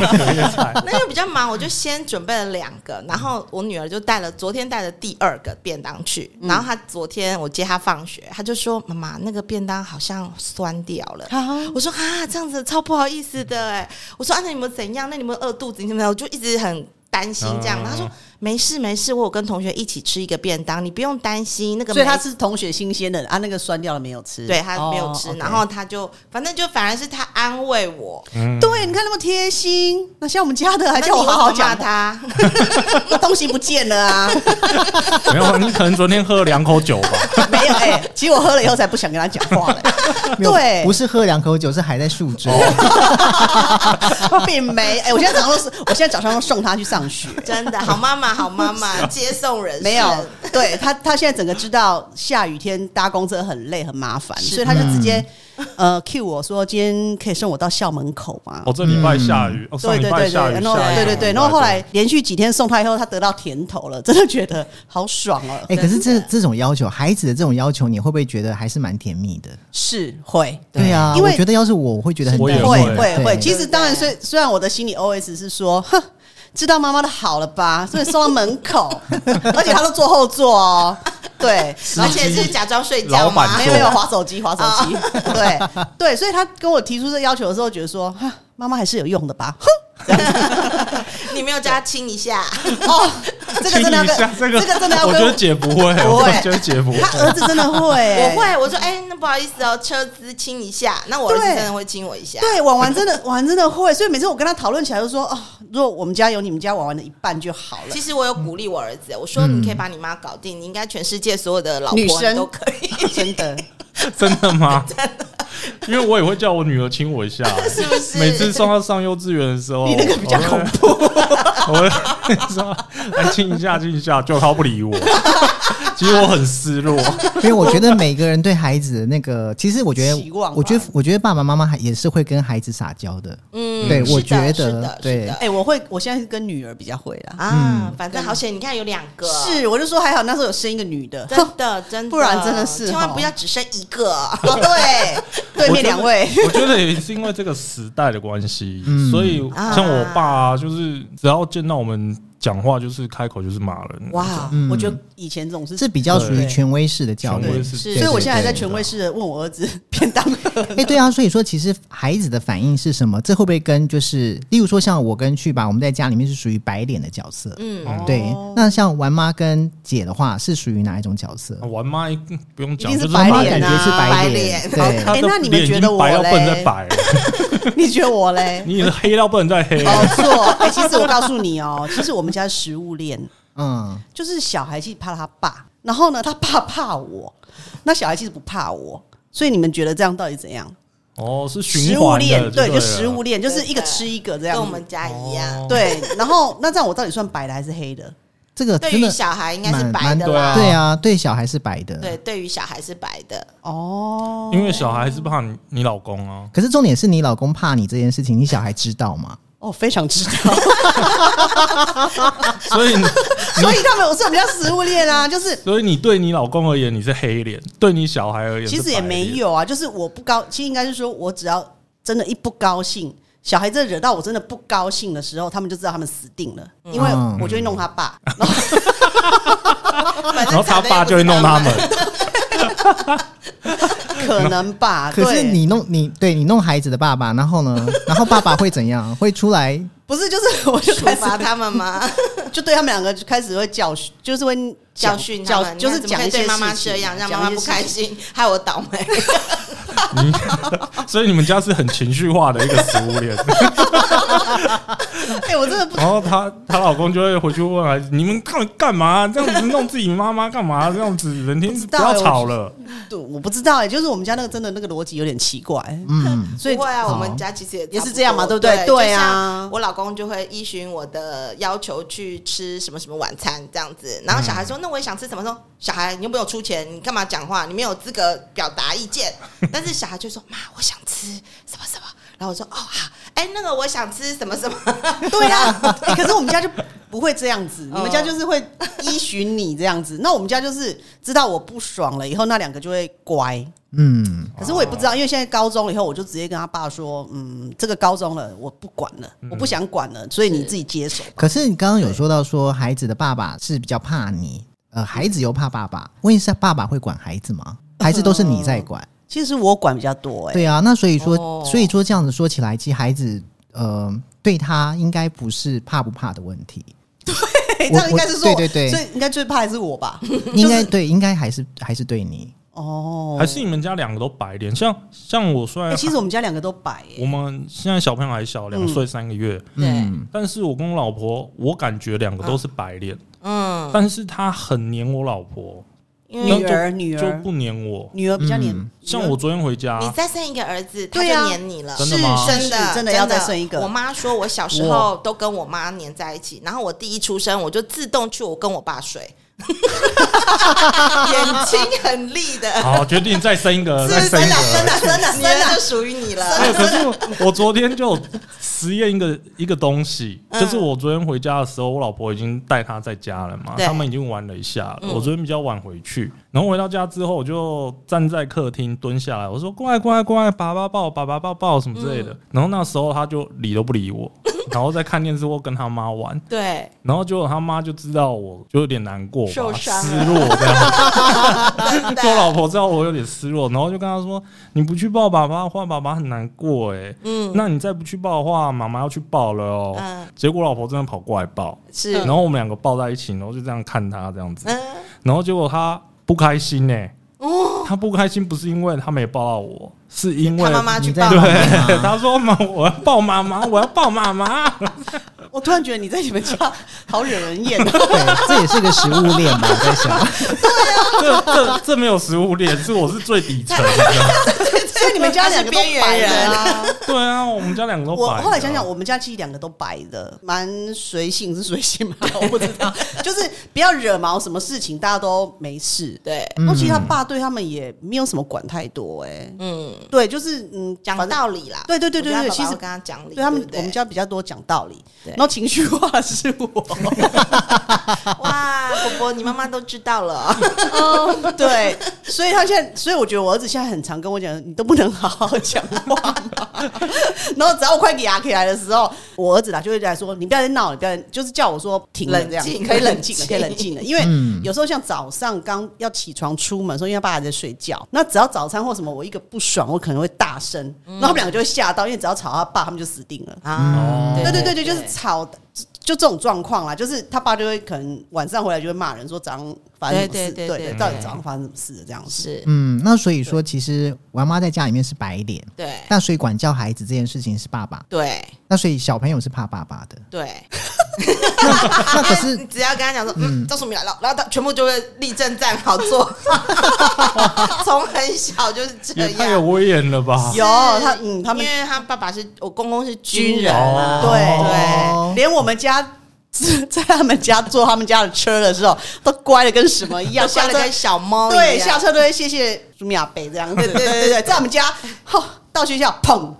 [SPEAKER 3] [laughs]
[SPEAKER 2] 隔夜菜。
[SPEAKER 3] 那因为比较忙，我就先准备了两个，然后我女儿就带了昨天带了第二个便当去，
[SPEAKER 4] 嗯
[SPEAKER 3] 然后她昨天我接她放学，她就说：“妈妈，那个便当好像酸掉了。”
[SPEAKER 4] 啊
[SPEAKER 3] 我说：“啊，这样子超不好意思的哎。”我说：“啊，那你们怎样？那你们饿肚子？你怎么样？”我就一直很担心这样。
[SPEAKER 2] 嗯
[SPEAKER 4] 啊
[SPEAKER 3] 然后她说：“没事没事，我有跟同学一起吃一个便当，你不用担心那个。”
[SPEAKER 4] 所以他是同学新鲜的啊，那个酸掉了没有吃？
[SPEAKER 3] 对他没有吃，
[SPEAKER 4] 哦，OK
[SPEAKER 3] 然后他就反正就反而是他安慰我，
[SPEAKER 2] 嗯，
[SPEAKER 4] 对，你看那么贴心，那像我们家的还叫我
[SPEAKER 3] 那你为什么
[SPEAKER 4] 好好讲
[SPEAKER 3] 骂，他。
[SPEAKER 4] 那 [laughs] 东西不见了啊。
[SPEAKER 2] 没有，你可能昨天喝了两口酒吧。
[SPEAKER 4] 没有哎、欸其实我喝了以后才不想跟他讲话了、
[SPEAKER 1] 没有
[SPEAKER 4] 对哦
[SPEAKER 1] 不是喝两口酒，是还在宿醉。
[SPEAKER 4] [laughs] 并没哎、欸我现在早上都是，我现在早上都送他去上学， [laughs]
[SPEAKER 3] 真的好妈妈，好妈妈，接送人士
[SPEAKER 4] 没有，对他他现在整个知道下雨天搭公车很累很麻烦，
[SPEAKER 3] 是
[SPEAKER 4] 所以他就直接。呃 Q 我说今天可以送我到校门口吗？
[SPEAKER 2] 嗯哦，这礼拜下雨，哦，上
[SPEAKER 4] 对
[SPEAKER 2] 礼
[SPEAKER 4] 对
[SPEAKER 2] 拜
[SPEAKER 4] 嗯对对
[SPEAKER 2] 下，雨，
[SPEAKER 4] 然后
[SPEAKER 2] 下一个
[SPEAKER 4] 对对对，
[SPEAKER 2] 礼拜
[SPEAKER 4] 然后后来连续几天送他以后，他得到甜头了，真的觉得好爽哦、
[SPEAKER 1] 哎、可是这
[SPEAKER 3] 真的
[SPEAKER 1] 这种要求，孩子的这种要求，你会不会觉得还是蛮甜蜜的？
[SPEAKER 4] 是会，
[SPEAKER 1] 对啊，
[SPEAKER 4] 因
[SPEAKER 1] 我
[SPEAKER 4] 为
[SPEAKER 1] 觉得要是我，我会觉得很
[SPEAKER 2] 我也
[SPEAKER 1] 甜蜜
[SPEAKER 2] 会
[SPEAKER 4] 会会会。
[SPEAKER 1] 对
[SPEAKER 4] 其实当然，虽虽然我的心里 OS 是说，哼，知道妈妈的好了吧？所以送到门口，而且他都坐后座哦。对，
[SPEAKER 3] 而且是假装睡
[SPEAKER 2] 老
[SPEAKER 3] 觉
[SPEAKER 2] 板
[SPEAKER 3] 吗？
[SPEAKER 4] [laughs] 没有没有划手机划手机。 [laughs] 对对，所以他跟我提出这要求的时候，觉得说，哈，妈妈还是有用的吧？
[SPEAKER 3] 你没有叫他亲一
[SPEAKER 4] [laughs]
[SPEAKER 3] 下，
[SPEAKER 4] 哦，这个真的要
[SPEAKER 2] 亲一下
[SPEAKER 4] 跟
[SPEAKER 2] 这个
[SPEAKER 4] 这个真的要
[SPEAKER 2] 我
[SPEAKER 4] 跟
[SPEAKER 2] 觉得姐不会，
[SPEAKER 4] [laughs] 不
[SPEAKER 2] 我
[SPEAKER 4] 会
[SPEAKER 2] 觉得姐不会。
[SPEAKER 4] 他儿子真的会、
[SPEAKER 3] 我。会，我说哎、那不好意思哦，车资亲一下，那我儿子
[SPEAKER 4] 对
[SPEAKER 3] 真的会亲我一下。
[SPEAKER 4] 对，婉婉真的，婉婉真的会，所以每次我跟他讨论起来，就说哦，如果我们家有你们家婉婉的一半就好
[SPEAKER 3] [laughs]
[SPEAKER 4] 了
[SPEAKER 3] 其。实我有鼓励我儿子，我说你可以把你妈搞定，你应该全世界所有的老婆
[SPEAKER 4] 女生
[SPEAKER 3] 你都可
[SPEAKER 4] [laughs]
[SPEAKER 3] 以，
[SPEAKER 4] 真的，
[SPEAKER 2] 真的
[SPEAKER 4] [laughs]
[SPEAKER 2] 吗？因为我也会叫我女儿亲我一下、
[SPEAKER 3] 是不是？
[SPEAKER 2] 每次送她上幼稚园的时候，
[SPEAKER 4] 你那个比较恐
[SPEAKER 2] 怖。我会 [laughs] 说来亲一下，亲一下，就她不理我。 [laughs] 其实我很失落，
[SPEAKER 1] 因为我觉得每个人对孩子的那个，其实我觉
[SPEAKER 4] 期
[SPEAKER 1] 得，
[SPEAKER 4] 望啊吧
[SPEAKER 1] 我觉得，我觉得爸爸妈妈还也是会跟孩子撒娇的。
[SPEAKER 3] 嗯
[SPEAKER 1] 对
[SPEAKER 3] 是的
[SPEAKER 1] 我觉得
[SPEAKER 3] 是的，
[SPEAKER 1] 对
[SPEAKER 3] 是的
[SPEAKER 4] 哎、我会，我现在是跟女儿比较会啦。
[SPEAKER 3] 啊，反正好险，你看有两个，
[SPEAKER 4] 嗯是，我就说还好那时候有生一个女的，
[SPEAKER 3] 真的，真的，
[SPEAKER 4] 不然真的是
[SPEAKER 3] 千万
[SPEAKER 4] 哦
[SPEAKER 3] 不要只生一个。
[SPEAKER 4] [laughs] 对，对面两位，
[SPEAKER 2] 我觉得也是因为这个时代的关系，
[SPEAKER 1] 嗯
[SPEAKER 2] 所以
[SPEAKER 3] 啊
[SPEAKER 2] 像我爸、就是只要见到我们讲话，就是开口就是骂人。
[SPEAKER 4] 哇
[SPEAKER 1] 嗯，
[SPEAKER 4] 我觉得以前总是
[SPEAKER 1] 是比较属于
[SPEAKER 4] 对
[SPEAKER 1] 权威式的教
[SPEAKER 2] 权
[SPEAKER 1] 育
[SPEAKER 2] 威。是
[SPEAKER 3] 是
[SPEAKER 1] 对
[SPEAKER 4] 所以我现在还在
[SPEAKER 1] 对
[SPEAKER 4] 权威式的问我儿子 [laughs] 便当盒，
[SPEAKER 1] 哎、对啊，所以说其实孩子的反应是什么？这会不会跟就是，例如说像我跟去吧，我们在家里面是属于白脸的角色。
[SPEAKER 3] 嗯，
[SPEAKER 2] 嗯
[SPEAKER 1] 对，那像玩妈跟姐的话是属于哪一种角色？
[SPEAKER 2] 玩妈不用讲，
[SPEAKER 4] 一定
[SPEAKER 2] 就是是
[SPEAKER 4] 白
[SPEAKER 2] 她
[SPEAKER 1] 感
[SPEAKER 4] 脸
[SPEAKER 1] 觉
[SPEAKER 4] 啊
[SPEAKER 1] 是白
[SPEAKER 3] 白
[SPEAKER 1] 脸，
[SPEAKER 3] 脸
[SPEAKER 1] 对，
[SPEAKER 2] 她的
[SPEAKER 4] 哎那你们
[SPEAKER 2] 脸已
[SPEAKER 4] 觉
[SPEAKER 2] 经
[SPEAKER 4] 得我
[SPEAKER 2] 白到不能再
[SPEAKER 4] 嘞
[SPEAKER 2] 白了， [laughs]
[SPEAKER 4] 你觉得我嘞？
[SPEAKER 2] 你也是黑到不能再黑
[SPEAKER 4] [laughs]
[SPEAKER 2] 了。
[SPEAKER 4] 没错，哎、其实我告诉你哦， [laughs] 其实我们家是食物链，
[SPEAKER 1] 嗯，
[SPEAKER 4] 就是小孩其实怕他爸，然后呢，他爸怕我，那小孩其实不怕我。所以你们觉得这样到底怎样？
[SPEAKER 2] 哦，是循
[SPEAKER 4] 食物
[SPEAKER 2] 环的
[SPEAKER 4] 链
[SPEAKER 2] 对
[SPEAKER 4] 对，就
[SPEAKER 2] 了
[SPEAKER 4] 食物链，就是一个
[SPEAKER 3] 真的
[SPEAKER 4] 吃一个这样
[SPEAKER 3] 跟
[SPEAKER 4] 子。
[SPEAKER 3] 我们家一样。
[SPEAKER 2] 哦
[SPEAKER 4] 对，然后那这样我到底算白的还是黑呃的？
[SPEAKER 1] 这个
[SPEAKER 3] 对
[SPEAKER 1] 真
[SPEAKER 3] 于
[SPEAKER 1] 的
[SPEAKER 3] 小孩应该是
[SPEAKER 1] 蛮
[SPEAKER 3] 白
[SPEAKER 1] 蛮
[SPEAKER 3] 的啦，
[SPEAKER 1] 对啊，对小孩是白的。
[SPEAKER 3] 对，对于小孩是白的，
[SPEAKER 4] 哦，
[SPEAKER 2] 因为小孩是怕你你老公啊，
[SPEAKER 1] 可是重点是你老公怕你这件事情，你小孩知道吗？
[SPEAKER 4] 哦非常知道，哦
[SPEAKER 2] 所以你
[SPEAKER 4] 所以他们我说我们家食物链啊，就是
[SPEAKER 2] 所以你对你老公而言你是黑脸，对你小孩而言
[SPEAKER 4] 其
[SPEAKER 2] 是
[SPEAKER 4] 实也
[SPEAKER 2] 白脸
[SPEAKER 4] 没，有啊，就是我不高，其实应该是说我只要真的，一不高兴，小孩真的惹到我真的不高兴的时候，他们就知道他们死定了，因为
[SPEAKER 1] 嗯
[SPEAKER 4] 我就会弄他爸，
[SPEAKER 3] 然
[SPEAKER 2] [laughs] 然后他爸就会弄他们，
[SPEAKER 4] 可
[SPEAKER 3] 啊
[SPEAKER 4] 能
[SPEAKER 3] 嗯
[SPEAKER 4] 吧。
[SPEAKER 1] 可是
[SPEAKER 4] 对
[SPEAKER 1] 你弄你对你弄孩子的爸爸，然后
[SPEAKER 3] [laughs]
[SPEAKER 1] 呢，然后爸爸会怎样？会出来
[SPEAKER 4] 不是就是我就
[SPEAKER 3] [laughs] 处
[SPEAKER 4] 开始
[SPEAKER 3] 罚他们吗？
[SPEAKER 4] [laughs] 就对他们两个就开始会教训，就是会讲
[SPEAKER 3] 教训他
[SPEAKER 4] 教
[SPEAKER 3] 们，
[SPEAKER 4] 就是
[SPEAKER 3] 你看
[SPEAKER 4] 讲一
[SPEAKER 3] 怎
[SPEAKER 4] 些
[SPEAKER 3] 么可以对妈妈
[SPEAKER 4] 事情啊
[SPEAKER 3] 这样，让妈
[SPEAKER 4] 讲
[SPEAKER 3] 妈
[SPEAKER 4] 一些
[SPEAKER 3] 不
[SPEAKER 4] 事
[SPEAKER 3] 开
[SPEAKER 4] 情
[SPEAKER 3] 心，害我倒霉。
[SPEAKER 2] 所以你们家是很情绪化的一个食物链。
[SPEAKER 4] 哎、我真的不
[SPEAKER 2] 然后她她老公就会回去问孩子：你们干干嘛这样子弄自己妈妈干嘛这样子？人天
[SPEAKER 4] 不知
[SPEAKER 2] 不
[SPEAKER 4] 道
[SPEAKER 2] 要
[SPEAKER 4] 欸我
[SPEAKER 2] 吵了，
[SPEAKER 4] 对，我不知道哎、就是我们家那个真的那个逻辑有点奇怪，
[SPEAKER 1] 嗯？
[SPEAKER 4] [laughs] 所以
[SPEAKER 3] [laughs]
[SPEAKER 4] 哦
[SPEAKER 3] 不会啊，
[SPEAKER 1] 好
[SPEAKER 3] 我们家其实也
[SPEAKER 4] 也
[SPEAKER 3] 差
[SPEAKER 4] 是
[SPEAKER 3] 不
[SPEAKER 4] 这样
[SPEAKER 3] 多
[SPEAKER 4] 嘛对不对
[SPEAKER 3] 对？
[SPEAKER 4] 对
[SPEAKER 3] 就
[SPEAKER 4] 啊
[SPEAKER 3] 像我老公就会依循我的要求去吃什么什么晚餐这样子，然后小孩
[SPEAKER 4] 嗯
[SPEAKER 3] 说：“那我也想吃什么？”说：“小孩，你又没有出钱，你干嘛讲话？你没有资格表达意
[SPEAKER 4] [laughs]
[SPEAKER 3] 见。”但是小孩就说：“妈，我想吃什么什么。”然后我说：“哦，好，哎，那个我想吃什么什么。
[SPEAKER 4] [laughs] 对啊、哎可是我们家就不会这样子，
[SPEAKER 3] 嗯
[SPEAKER 4] 你们家就是会依循你这样子。那我们家就是知道我不爽了以后，那两个就会乖。
[SPEAKER 1] 嗯，
[SPEAKER 4] 可是我也不知道，因为现在高中了以后，我就直接跟他爸说：“嗯，这个高中了，我不管了，我不想管了，所以你自己接手。
[SPEAKER 1] 可是你刚刚有说到说孩子的爸爸是比较怕你，呃，孩子又怕爸爸。问题是爸爸会管孩子吗？
[SPEAKER 3] 嗯
[SPEAKER 1] 还是都是你在管？”
[SPEAKER 4] 其实我管比较多、哎，
[SPEAKER 1] 对啊，那所以说，
[SPEAKER 3] 哦
[SPEAKER 1] 所以说这样子说起来，其实孩子呃，对他应该不是怕不怕的问
[SPEAKER 3] [laughs]
[SPEAKER 1] 题，
[SPEAKER 4] 对， [laughs] 这
[SPEAKER 1] 我
[SPEAKER 4] 样应该是说，
[SPEAKER 1] 我对对对
[SPEAKER 4] 所以应该最怕还是我吧？
[SPEAKER 1] 应该对，应该还是还是对你。
[SPEAKER 4] 哦，
[SPEAKER 2] 还是你们家两个都白脸？像像我虽
[SPEAKER 4] 哎、
[SPEAKER 2] 然
[SPEAKER 4] 其实我们家两个都摆、哎
[SPEAKER 2] 我们现在小朋友还小，两岁三个月，
[SPEAKER 3] 对
[SPEAKER 1] 嗯，
[SPEAKER 2] 但是我跟我老婆，我感觉两个都是白脸，”
[SPEAKER 4] 啊
[SPEAKER 3] 嗯，
[SPEAKER 2] 但是她很黏我老婆，
[SPEAKER 3] 因
[SPEAKER 2] 那
[SPEAKER 3] 为
[SPEAKER 4] 女儿，女
[SPEAKER 2] 就
[SPEAKER 4] 儿，
[SPEAKER 2] 不黏我。
[SPEAKER 4] 女儿比较黏。
[SPEAKER 1] 嗯
[SPEAKER 2] 像我昨天回家，
[SPEAKER 3] 你再生一个儿子，他就
[SPEAKER 4] 对啊
[SPEAKER 3] 黏你了。
[SPEAKER 2] 真的吗
[SPEAKER 4] 是
[SPEAKER 3] 真的
[SPEAKER 4] 是真的要再生一个
[SPEAKER 3] 我妈说，
[SPEAKER 4] [laughs]
[SPEAKER 3] 我小时候都跟我妈黏在一起，然后我弟一出生，我就自动去我跟我爸睡。眼睛很利的，
[SPEAKER 2] 好，决定再生一个，再
[SPEAKER 4] 是
[SPEAKER 2] 生一
[SPEAKER 4] 真的真
[SPEAKER 2] 个。
[SPEAKER 4] 的真的
[SPEAKER 3] 你
[SPEAKER 4] 真
[SPEAKER 3] 的
[SPEAKER 4] 的
[SPEAKER 3] 就属于你
[SPEAKER 2] 哎，
[SPEAKER 3] 了。
[SPEAKER 2] 可是我我昨天就有实验一个一个东西，就是我昨天回家的时候，我老婆已经带她在家了嘛，
[SPEAKER 3] 对
[SPEAKER 2] 他们已经玩了一下了。
[SPEAKER 3] 嗯
[SPEAKER 2] 我昨天比较晚回去，然后回到家之后，我就站在客厅蹲下来，我说：“过来，过来，过来，爸爸抱，爸爸抱抱什么之类的。”然后那时候她就理都不理我，然后在看电视或跟她妈玩。
[SPEAKER 3] 对，
[SPEAKER 2] 然后结果他妈就知道我就有点难过吧，
[SPEAKER 3] 受伤了
[SPEAKER 2] 失落这样。
[SPEAKER 3] 真 [laughs]
[SPEAKER 2] 就我
[SPEAKER 3] 的，
[SPEAKER 2] 老婆知道我有点失落，然后就跟他说：“你不去抱爸爸的话，爸爸很难过哎、
[SPEAKER 3] 嗯
[SPEAKER 2] 那你再不去抱的话，妈妈要去抱了哦、
[SPEAKER 3] 嗯
[SPEAKER 2] 结果我老婆真的跑过来抱，
[SPEAKER 3] 是，
[SPEAKER 4] 嗯
[SPEAKER 2] 然后我们两个抱在一起，然后就这样看他这样子，
[SPEAKER 3] 嗯，
[SPEAKER 2] 然后结果他不开心呢、欸他不开心不是因为他没抱到我，是因为
[SPEAKER 3] 哦他妈妈去
[SPEAKER 1] 你在
[SPEAKER 3] 抱
[SPEAKER 1] 忙
[SPEAKER 3] 了，
[SPEAKER 2] 对， [laughs]
[SPEAKER 1] 吗
[SPEAKER 2] 他说妈，我要抱妈妈，我要抱妈妈。
[SPEAKER 4] 我突然觉得你在你们家好惹人厌
[SPEAKER 1] [laughs]
[SPEAKER 4] 哦。
[SPEAKER 1] 对，这也是个食物链
[SPEAKER 4] [laughs]
[SPEAKER 1] 吧，我在想，
[SPEAKER 2] 这这这没有食物链，是我是最底层的。
[SPEAKER 4] 所以你们家两个都白的啊。
[SPEAKER 2] 对啊，我们家两个都
[SPEAKER 4] 我
[SPEAKER 2] 白的啊
[SPEAKER 4] 后来想想，我们家其实两个都白的，蛮随性是随性
[SPEAKER 2] [laughs]
[SPEAKER 4] 嘛，我不知道，就是不要惹毛什么事情，大家都没事。
[SPEAKER 3] 对，
[SPEAKER 2] 嗯
[SPEAKER 4] 那其实他爸对他们也没有什么管太多、哎、
[SPEAKER 3] 嗯，
[SPEAKER 4] 对，就是嗯，
[SPEAKER 3] 讲
[SPEAKER 4] 反正
[SPEAKER 3] 道理啦。
[SPEAKER 4] 对对对
[SPEAKER 3] 我觉
[SPEAKER 4] 对
[SPEAKER 3] 得爸
[SPEAKER 4] 对，
[SPEAKER 3] 爸
[SPEAKER 4] 其
[SPEAKER 3] 会
[SPEAKER 4] 实
[SPEAKER 3] 跟他讲理，
[SPEAKER 4] 对他们
[SPEAKER 3] 不
[SPEAKER 4] 我们家比较多讲道理，
[SPEAKER 3] 对
[SPEAKER 4] 然后情绪化的是我，
[SPEAKER 3] 哇，伯伯，你妈妈都知道了，
[SPEAKER 4] [laughs] 对，所以他现在，所以我觉得我儿子现在很常跟我讲，你都不能好好讲话吗？然后只要我快给牙起来的时候，我儿子啦就会来说，你不要再闹，了，你不要再，就是叫我说停了，
[SPEAKER 3] 冷
[SPEAKER 4] 这样
[SPEAKER 3] 静
[SPEAKER 4] 可以冷
[SPEAKER 3] 冷
[SPEAKER 4] 静
[SPEAKER 3] 静
[SPEAKER 4] 了，可以冷静了，因为
[SPEAKER 1] 嗯
[SPEAKER 4] 有时候像早上刚要起床出门的时候，因为他爸还在睡觉，那只要早餐或什么我一个不爽，我可能会大声，然后他们两个就会吓到，因为只要吵他爸，他们就死定了。
[SPEAKER 3] 啊
[SPEAKER 4] 嗯对对对对，就是吵，就就这种状况啦，就是他爸就会可能晚上回来就会骂人，说早上发生什么
[SPEAKER 3] 对
[SPEAKER 4] 事，
[SPEAKER 3] 对对对对
[SPEAKER 4] 到底早上发生什么事这样子。
[SPEAKER 3] 是，
[SPEAKER 1] 嗯，那所以说，其实我妈在家里面是白脸，
[SPEAKER 3] 对
[SPEAKER 1] 那所以管教孩子这件事情是爸爸，
[SPEAKER 3] 对
[SPEAKER 1] 那所以小朋友是怕爸爸的。
[SPEAKER 3] 对，
[SPEAKER 1] 那可
[SPEAKER 3] 你
[SPEAKER 4] [laughs]
[SPEAKER 1] 是
[SPEAKER 3] 只要跟他讲说，嗯，赵淑敏来了，然后他全部就会立正站
[SPEAKER 1] [laughs]
[SPEAKER 3] 好坐，从很小就是这
[SPEAKER 2] 也太有
[SPEAKER 3] 样。
[SPEAKER 2] 威严了吧？
[SPEAKER 4] 有他，嗯，他们
[SPEAKER 3] 因为他爸爸是我公公是
[SPEAKER 4] 军
[SPEAKER 3] 军
[SPEAKER 4] 人
[SPEAKER 3] 人
[SPEAKER 2] 啊
[SPEAKER 3] 啊，
[SPEAKER 4] 对
[SPEAKER 1] 哦
[SPEAKER 4] 连我们家。 [laughs] 在他们家坐他们家的车的时候，都乖的跟什么一样，
[SPEAKER 3] 要像那
[SPEAKER 4] 下车
[SPEAKER 3] 个小猫一样
[SPEAKER 4] 对，下车都会谢谢朱米亚贝这样子。对对对对，在我们家，吼，到学校砰，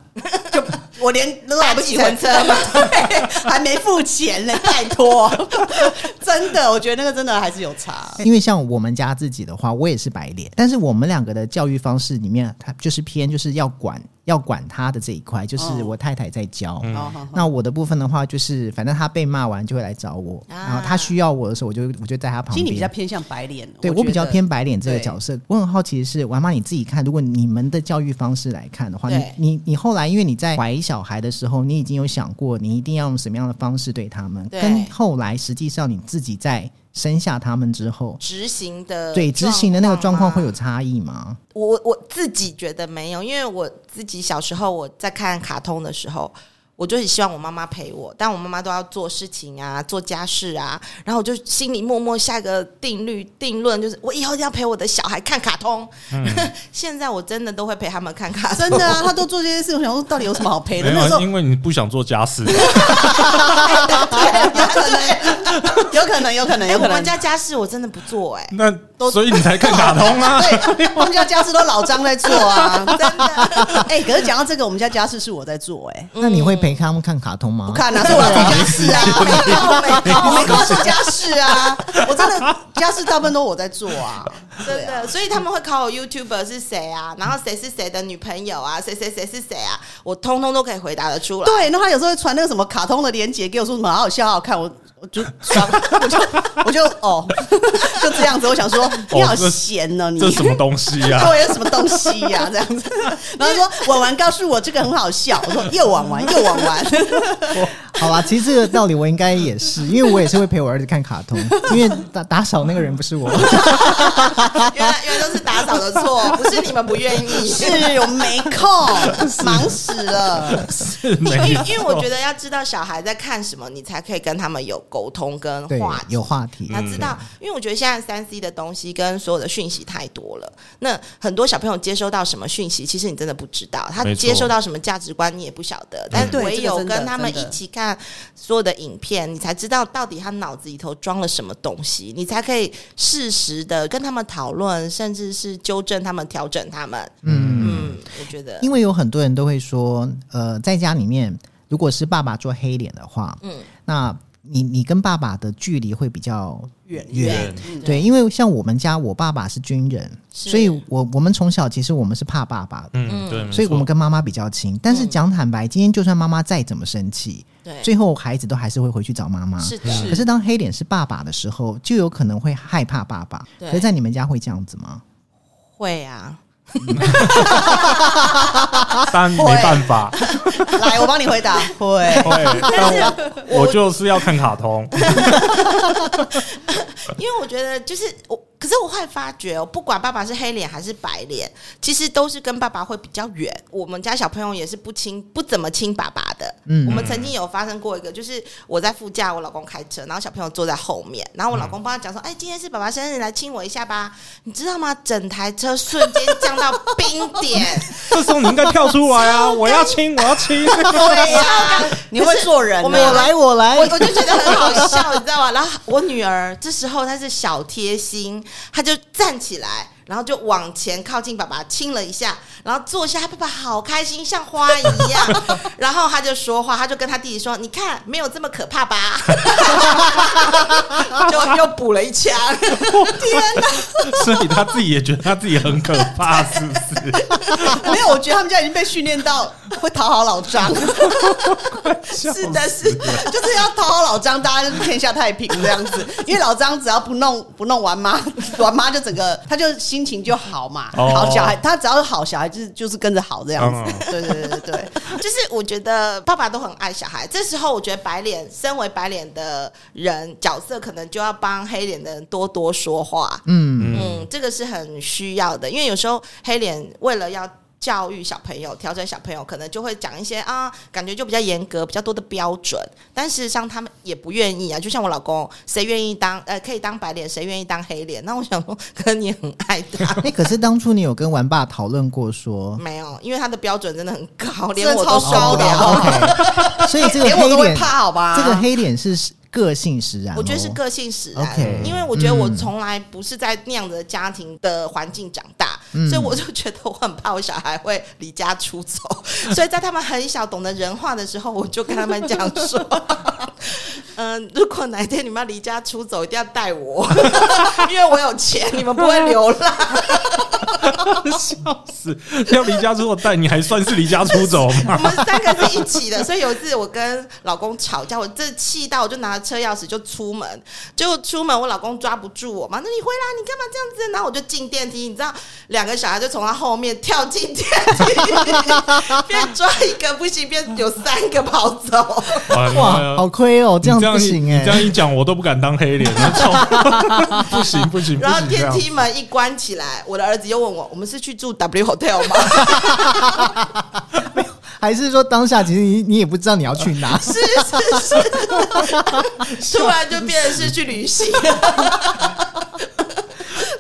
[SPEAKER 4] 就我连都来不及
[SPEAKER 3] 搭计程车
[SPEAKER 4] 嘛，对还没付钱呢，拜托， [laughs] 真的，我觉得那个真的还是有差。
[SPEAKER 1] 因为像我们家自己的话，我也是白脸，但是我们两个的教育方式里面，他就是偏就是要管要管他的这一块，
[SPEAKER 4] 哦
[SPEAKER 1] 就是我太太在教。
[SPEAKER 2] 嗯
[SPEAKER 4] 好好好，
[SPEAKER 1] 那我的部分的话，就是反正他被骂完就会来找我，
[SPEAKER 3] 啊
[SPEAKER 1] 然后他需要我的时候，我就我就在他旁
[SPEAKER 4] 其实
[SPEAKER 1] 边。
[SPEAKER 4] 你比较偏向白脸，
[SPEAKER 1] 对
[SPEAKER 4] 我
[SPEAKER 1] 我比较
[SPEAKER 4] 觉得 [laughs]
[SPEAKER 1] 偏白脸这个
[SPEAKER 4] 对
[SPEAKER 1] 角色。我很好奇的是，王妈你自己看，如果你们的教育方式来看的话，你
[SPEAKER 3] 对
[SPEAKER 1] 你你后来因为你在怀小孩的时候，你已经有想过你一定要用什么样的方式对他们，
[SPEAKER 3] 对
[SPEAKER 1] 跟后来实际上你自己在生下他们之后，
[SPEAKER 3] 执行的啊
[SPEAKER 1] 对执行的那个状况会
[SPEAKER 3] 有。
[SPEAKER 1] 有差异吗？
[SPEAKER 3] 我我自己觉得没有，因为我自己小时候我在看卡通的时候，我就是希望我妈妈陪我，但我妈妈都要做事情啊，做家事啊，然后我就心里默默下个定律定论，就是我以后一定要陪我的小孩看卡通。 [laughs] 现在我真的都会陪他们看卡通 [laughs]
[SPEAKER 4] 真。的啊，他都做这些事，我想说到底有什么好赔的？
[SPEAKER 2] 没
[SPEAKER 4] 欸那时
[SPEAKER 2] 有，啊
[SPEAKER 4] 候
[SPEAKER 2] 因为你不想做家事，
[SPEAKER 3] [laughs]
[SPEAKER 4] [laughs] 有可能，有可能，
[SPEAKER 3] 哎，
[SPEAKER 4] 有
[SPEAKER 3] 我
[SPEAKER 4] 可
[SPEAKER 3] 们
[SPEAKER 4] 能。
[SPEAKER 3] 家家事我真的不做哎、
[SPEAKER 2] 那所以你才看卡通
[SPEAKER 4] [laughs]
[SPEAKER 2] 啊。
[SPEAKER 4] 对，我们家家事都老张在做啊， [laughs] 真的。哎、可是讲到这个，我们家家事是我在做、哎，
[SPEAKER 1] 那你会陪他们看卡通吗？
[SPEAKER 4] 不看啊，是我在做家事啊，我没空，我没空是家事啊，我真的家事大部分都我在做啊，对
[SPEAKER 3] 真
[SPEAKER 4] 啊。
[SPEAKER 3] 的，所以他们会考我 YouTuber 是谁啊，然后谁是谁的女朋友啊，谁谁谁是谁啊，我通通都可以回答得出来。
[SPEAKER 4] 对，那他有时候会传那个什么卡通的链接给我，说什么好好笑、好好看，我我就爽， [laughs] 我就我就哦， [laughs] 就这样子。我想说，你好闲哦，你
[SPEAKER 2] 这什么东西啊呀、
[SPEAKER 4] 对，有什么东西呀、这样子，然后说婉婉告诉我这个很好笑，我说又婉婉又婉婉，
[SPEAKER 1] 好啦，其实这个道理我应该也是，因为我也是会陪我儿子看卡通，因为打打扫那个人不是我。
[SPEAKER 3] [laughs] 原来原来都是打扫的错，不是你们不愿意。
[SPEAKER 4] 是我没空，忙死了。
[SPEAKER 2] 是 [laughs] 没
[SPEAKER 3] 因为
[SPEAKER 2] 有
[SPEAKER 3] 因为我觉得要知道小孩在看什么，你才可以跟他们有沟通跟
[SPEAKER 1] 对
[SPEAKER 3] 话，题
[SPEAKER 1] 有。话题。
[SPEAKER 3] 要知
[SPEAKER 4] 嗯
[SPEAKER 3] 道，因为我觉得现在三 C 的东西跟所有的讯息太多了，那很多小朋友接收到什么讯息，其实你真的不知道，他
[SPEAKER 2] 没错
[SPEAKER 3] 接收到什么价值观你也不晓得。但
[SPEAKER 4] 嗯对
[SPEAKER 3] 如唯有
[SPEAKER 4] 这个真的
[SPEAKER 3] 跟他们
[SPEAKER 4] 真
[SPEAKER 3] 一
[SPEAKER 4] 的
[SPEAKER 3] 起看所有的影片，你才知道到底他脑子里头装了什么东西，你才可以适时的跟他们讨论，甚至是纠正他们、调整他们。
[SPEAKER 1] 嗯，
[SPEAKER 3] 嗯，我觉得，
[SPEAKER 1] 因为有很多人都会说，呃，在家里面如果是爸爸做黑脸的话，
[SPEAKER 3] 嗯，
[SPEAKER 1] 那你你跟爸爸的距离会比较
[SPEAKER 4] 远
[SPEAKER 2] 远
[SPEAKER 4] 嗯
[SPEAKER 1] 对，因为像我们家，我爸爸是军人，
[SPEAKER 3] 是
[SPEAKER 1] 所以我我们从小其实我们是怕爸爸的，
[SPEAKER 2] 嗯，对，没
[SPEAKER 1] 所以我们
[SPEAKER 2] 错
[SPEAKER 1] 跟妈妈比较亲。但是讲坦白，今天就算妈妈再怎么生气，
[SPEAKER 3] 嗯对，
[SPEAKER 1] 最后孩子都还是会回去找妈妈。
[SPEAKER 3] 是的，
[SPEAKER 1] 嗯可是当黑脸是爸爸的时候，就有可能会害怕爸爸。
[SPEAKER 3] 对
[SPEAKER 1] 可是在你们家会这样子吗？
[SPEAKER 3] 会啊，
[SPEAKER 2] 但没办法，
[SPEAKER 4] [laughs] 来，我帮你回答，会。
[SPEAKER 2] [laughs] 会，但我我就是要看卡通，
[SPEAKER 3] [laughs] 因为我觉得就是我，可是我后来发觉哦，不管爸爸是黑脸还是白脸，其实都是跟爸爸会比较远。我们家小朋友也是不亲，不怎么亲爸爸的。
[SPEAKER 1] 嗯
[SPEAKER 3] 我们曾经有发生过一个，就是我在副驾，我老公开车，然后小朋友坐在后
[SPEAKER 1] 嗯
[SPEAKER 3] 面，然后我老公帮他讲说：“哎，今天是爸爸生日，来亲我一下吧。”你知道吗？整台车瞬间降到冰点，
[SPEAKER 2] 这时候你应该跳出来啊！我要亲，我要亲，[laughs]
[SPEAKER 4] [laughs] 对呀，你会做人啊，
[SPEAKER 3] 我们有来
[SPEAKER 4] 我来
[SPEAKER 3] 我我就觉得很好笑，你知道吗？然后我女儿这时候她是小贴心，她就站起来，然后就往前靠近爸爸亲了一下，然后坐下，她爸爸好开心，像花一样。然后她就说话，她就跟她弟弟说：“你看，没有这么可怕吧？” [laughs] 就又补了一枪。
[SPEAKER 2] 所以他自己也觉得他自己很可怕，是不是？
[SPEAKER 4] [laughs] 没有，我觉得他们家已经被训练到 [laughs] 会讨好老张，
[SPEAKER 2] 是
[SPEAKER 4] 是的是，就是要讨好老张，大家就是天下太平这样子。因为老张只要不弄不弄完妈， [laughs] 完妈就整个他就心情就好嘛，
[SPEAKER 2] 哦
[SPEAKER 4] 好小孩，他只要是好小孩就是就是跟着好这样子。对对对对对，
[SPEAKER 3] 就是我觉得爸爸都很爱小孩，这时候我觉得白脸，身为白脸的人角色，可能就要帮黑脸的人多多说话。
[SPEAKER 2] [laughs]
[SPEAKER 1] 嗯，
[SPEAKER 2] 嗯，
[SPEAKER 3] 嗯，这个是很需要的，因为有时候黑脸为了要教育小朋友、调整小朋友，可能就会讲一些啊，感觉就比较严格、比较多的标准，但事实上他们也不愿意啊。就像我老公，谁愿意当呃可以当白脸，谁愿意当黑脸？那我想说，可能你很爱他
[SPEAKER 1] 哎、。可是当初你有跟玩爸讨论过说，
[SPEAKER 3] 没有，因为他的标准真的很高，连
[SPEAKER 4] 真的
[SPEAKER 3] 我
[SPEAKER 4] 超
[SPEAKER 3] 都受不
[SPEAKER 4] 高的
[SPEAKER 3] 了。
[SPEAKER 1] OK，所以 [laughs] 这个
[SPEAKER 4] 连我
[SPEAKER 1] 黑
[SPEAKER 4] 都会
[SPEAKER 1] 脸，
[SPEAKER 4] 怕，好啊吧？
[SPEAKER 1] 这个黑脸是个性使然、哦。
[SPEAKER 3] 我觉得是个性使然
[SPEAKER 1] OK
[SPEAKER 3] 因为我觉得我
[SPEAKER 1] 嗯
[SPEAKER 3] 从来不是在那样的家庭的环境长大，
[SPEAKER 1] 嗯
[SPEAKER 3] 所以我就觉得我很怕我小孩会离家出走， [laughs] 所以在他们很小懂得人话的时候，我就跟他们讲说。 [laughs] 嗯，如果哪一天你们要离家出走，一定要带我， [laughs] 因为我有钱，你们不会流
[SPEAKER 1] [laughs]
[SPEAKER 3] 浪。
[SPEAKER 2] 笑死！要离家出走，但你还算是离家出走
[SPEAKER 3] 我
[SPEAKER 2] 吗？
[SPEAKER 3] 们三个是一起的，所以有一次我跟老公吵架，我真的气到我就拿着车钥匙就出门，结果出门我老公抓不住我嘛，那你回来你干嘛这样子？然后我就进电梯，你知道两个小孩就从他后面跳进电梯，边抓一个不行，边有三个跑走。
[SPEAKER 1] 哇，好亏哦，这样
[SPEAKER 2] 你这样
[SPEAKER 1] 不
[SPEAKER 2] 一
[SPEAKER 1] 行
[SPEAKER 2] 你
[SPEAKER 1] 哎、
[SPEAKER 2] 这样一讲，我都不敢当黑脸 [laughs] 了，操不行不行不
[SPEAKER 3] 然后
[SPEAKER 2] 行，这
[SPEAKER 3] 电
[SPEAKER 2] 样
[SPEAKER 3] 梯门一关起来，我的儿子又问我：“我们是去住 W Hotel 吗？”
[SPEAKER 1] 还是说当下其实你你也不知道你要去哪？
[SPEAKER 3] 是是是， [laughs] 突然就变成是去旅行。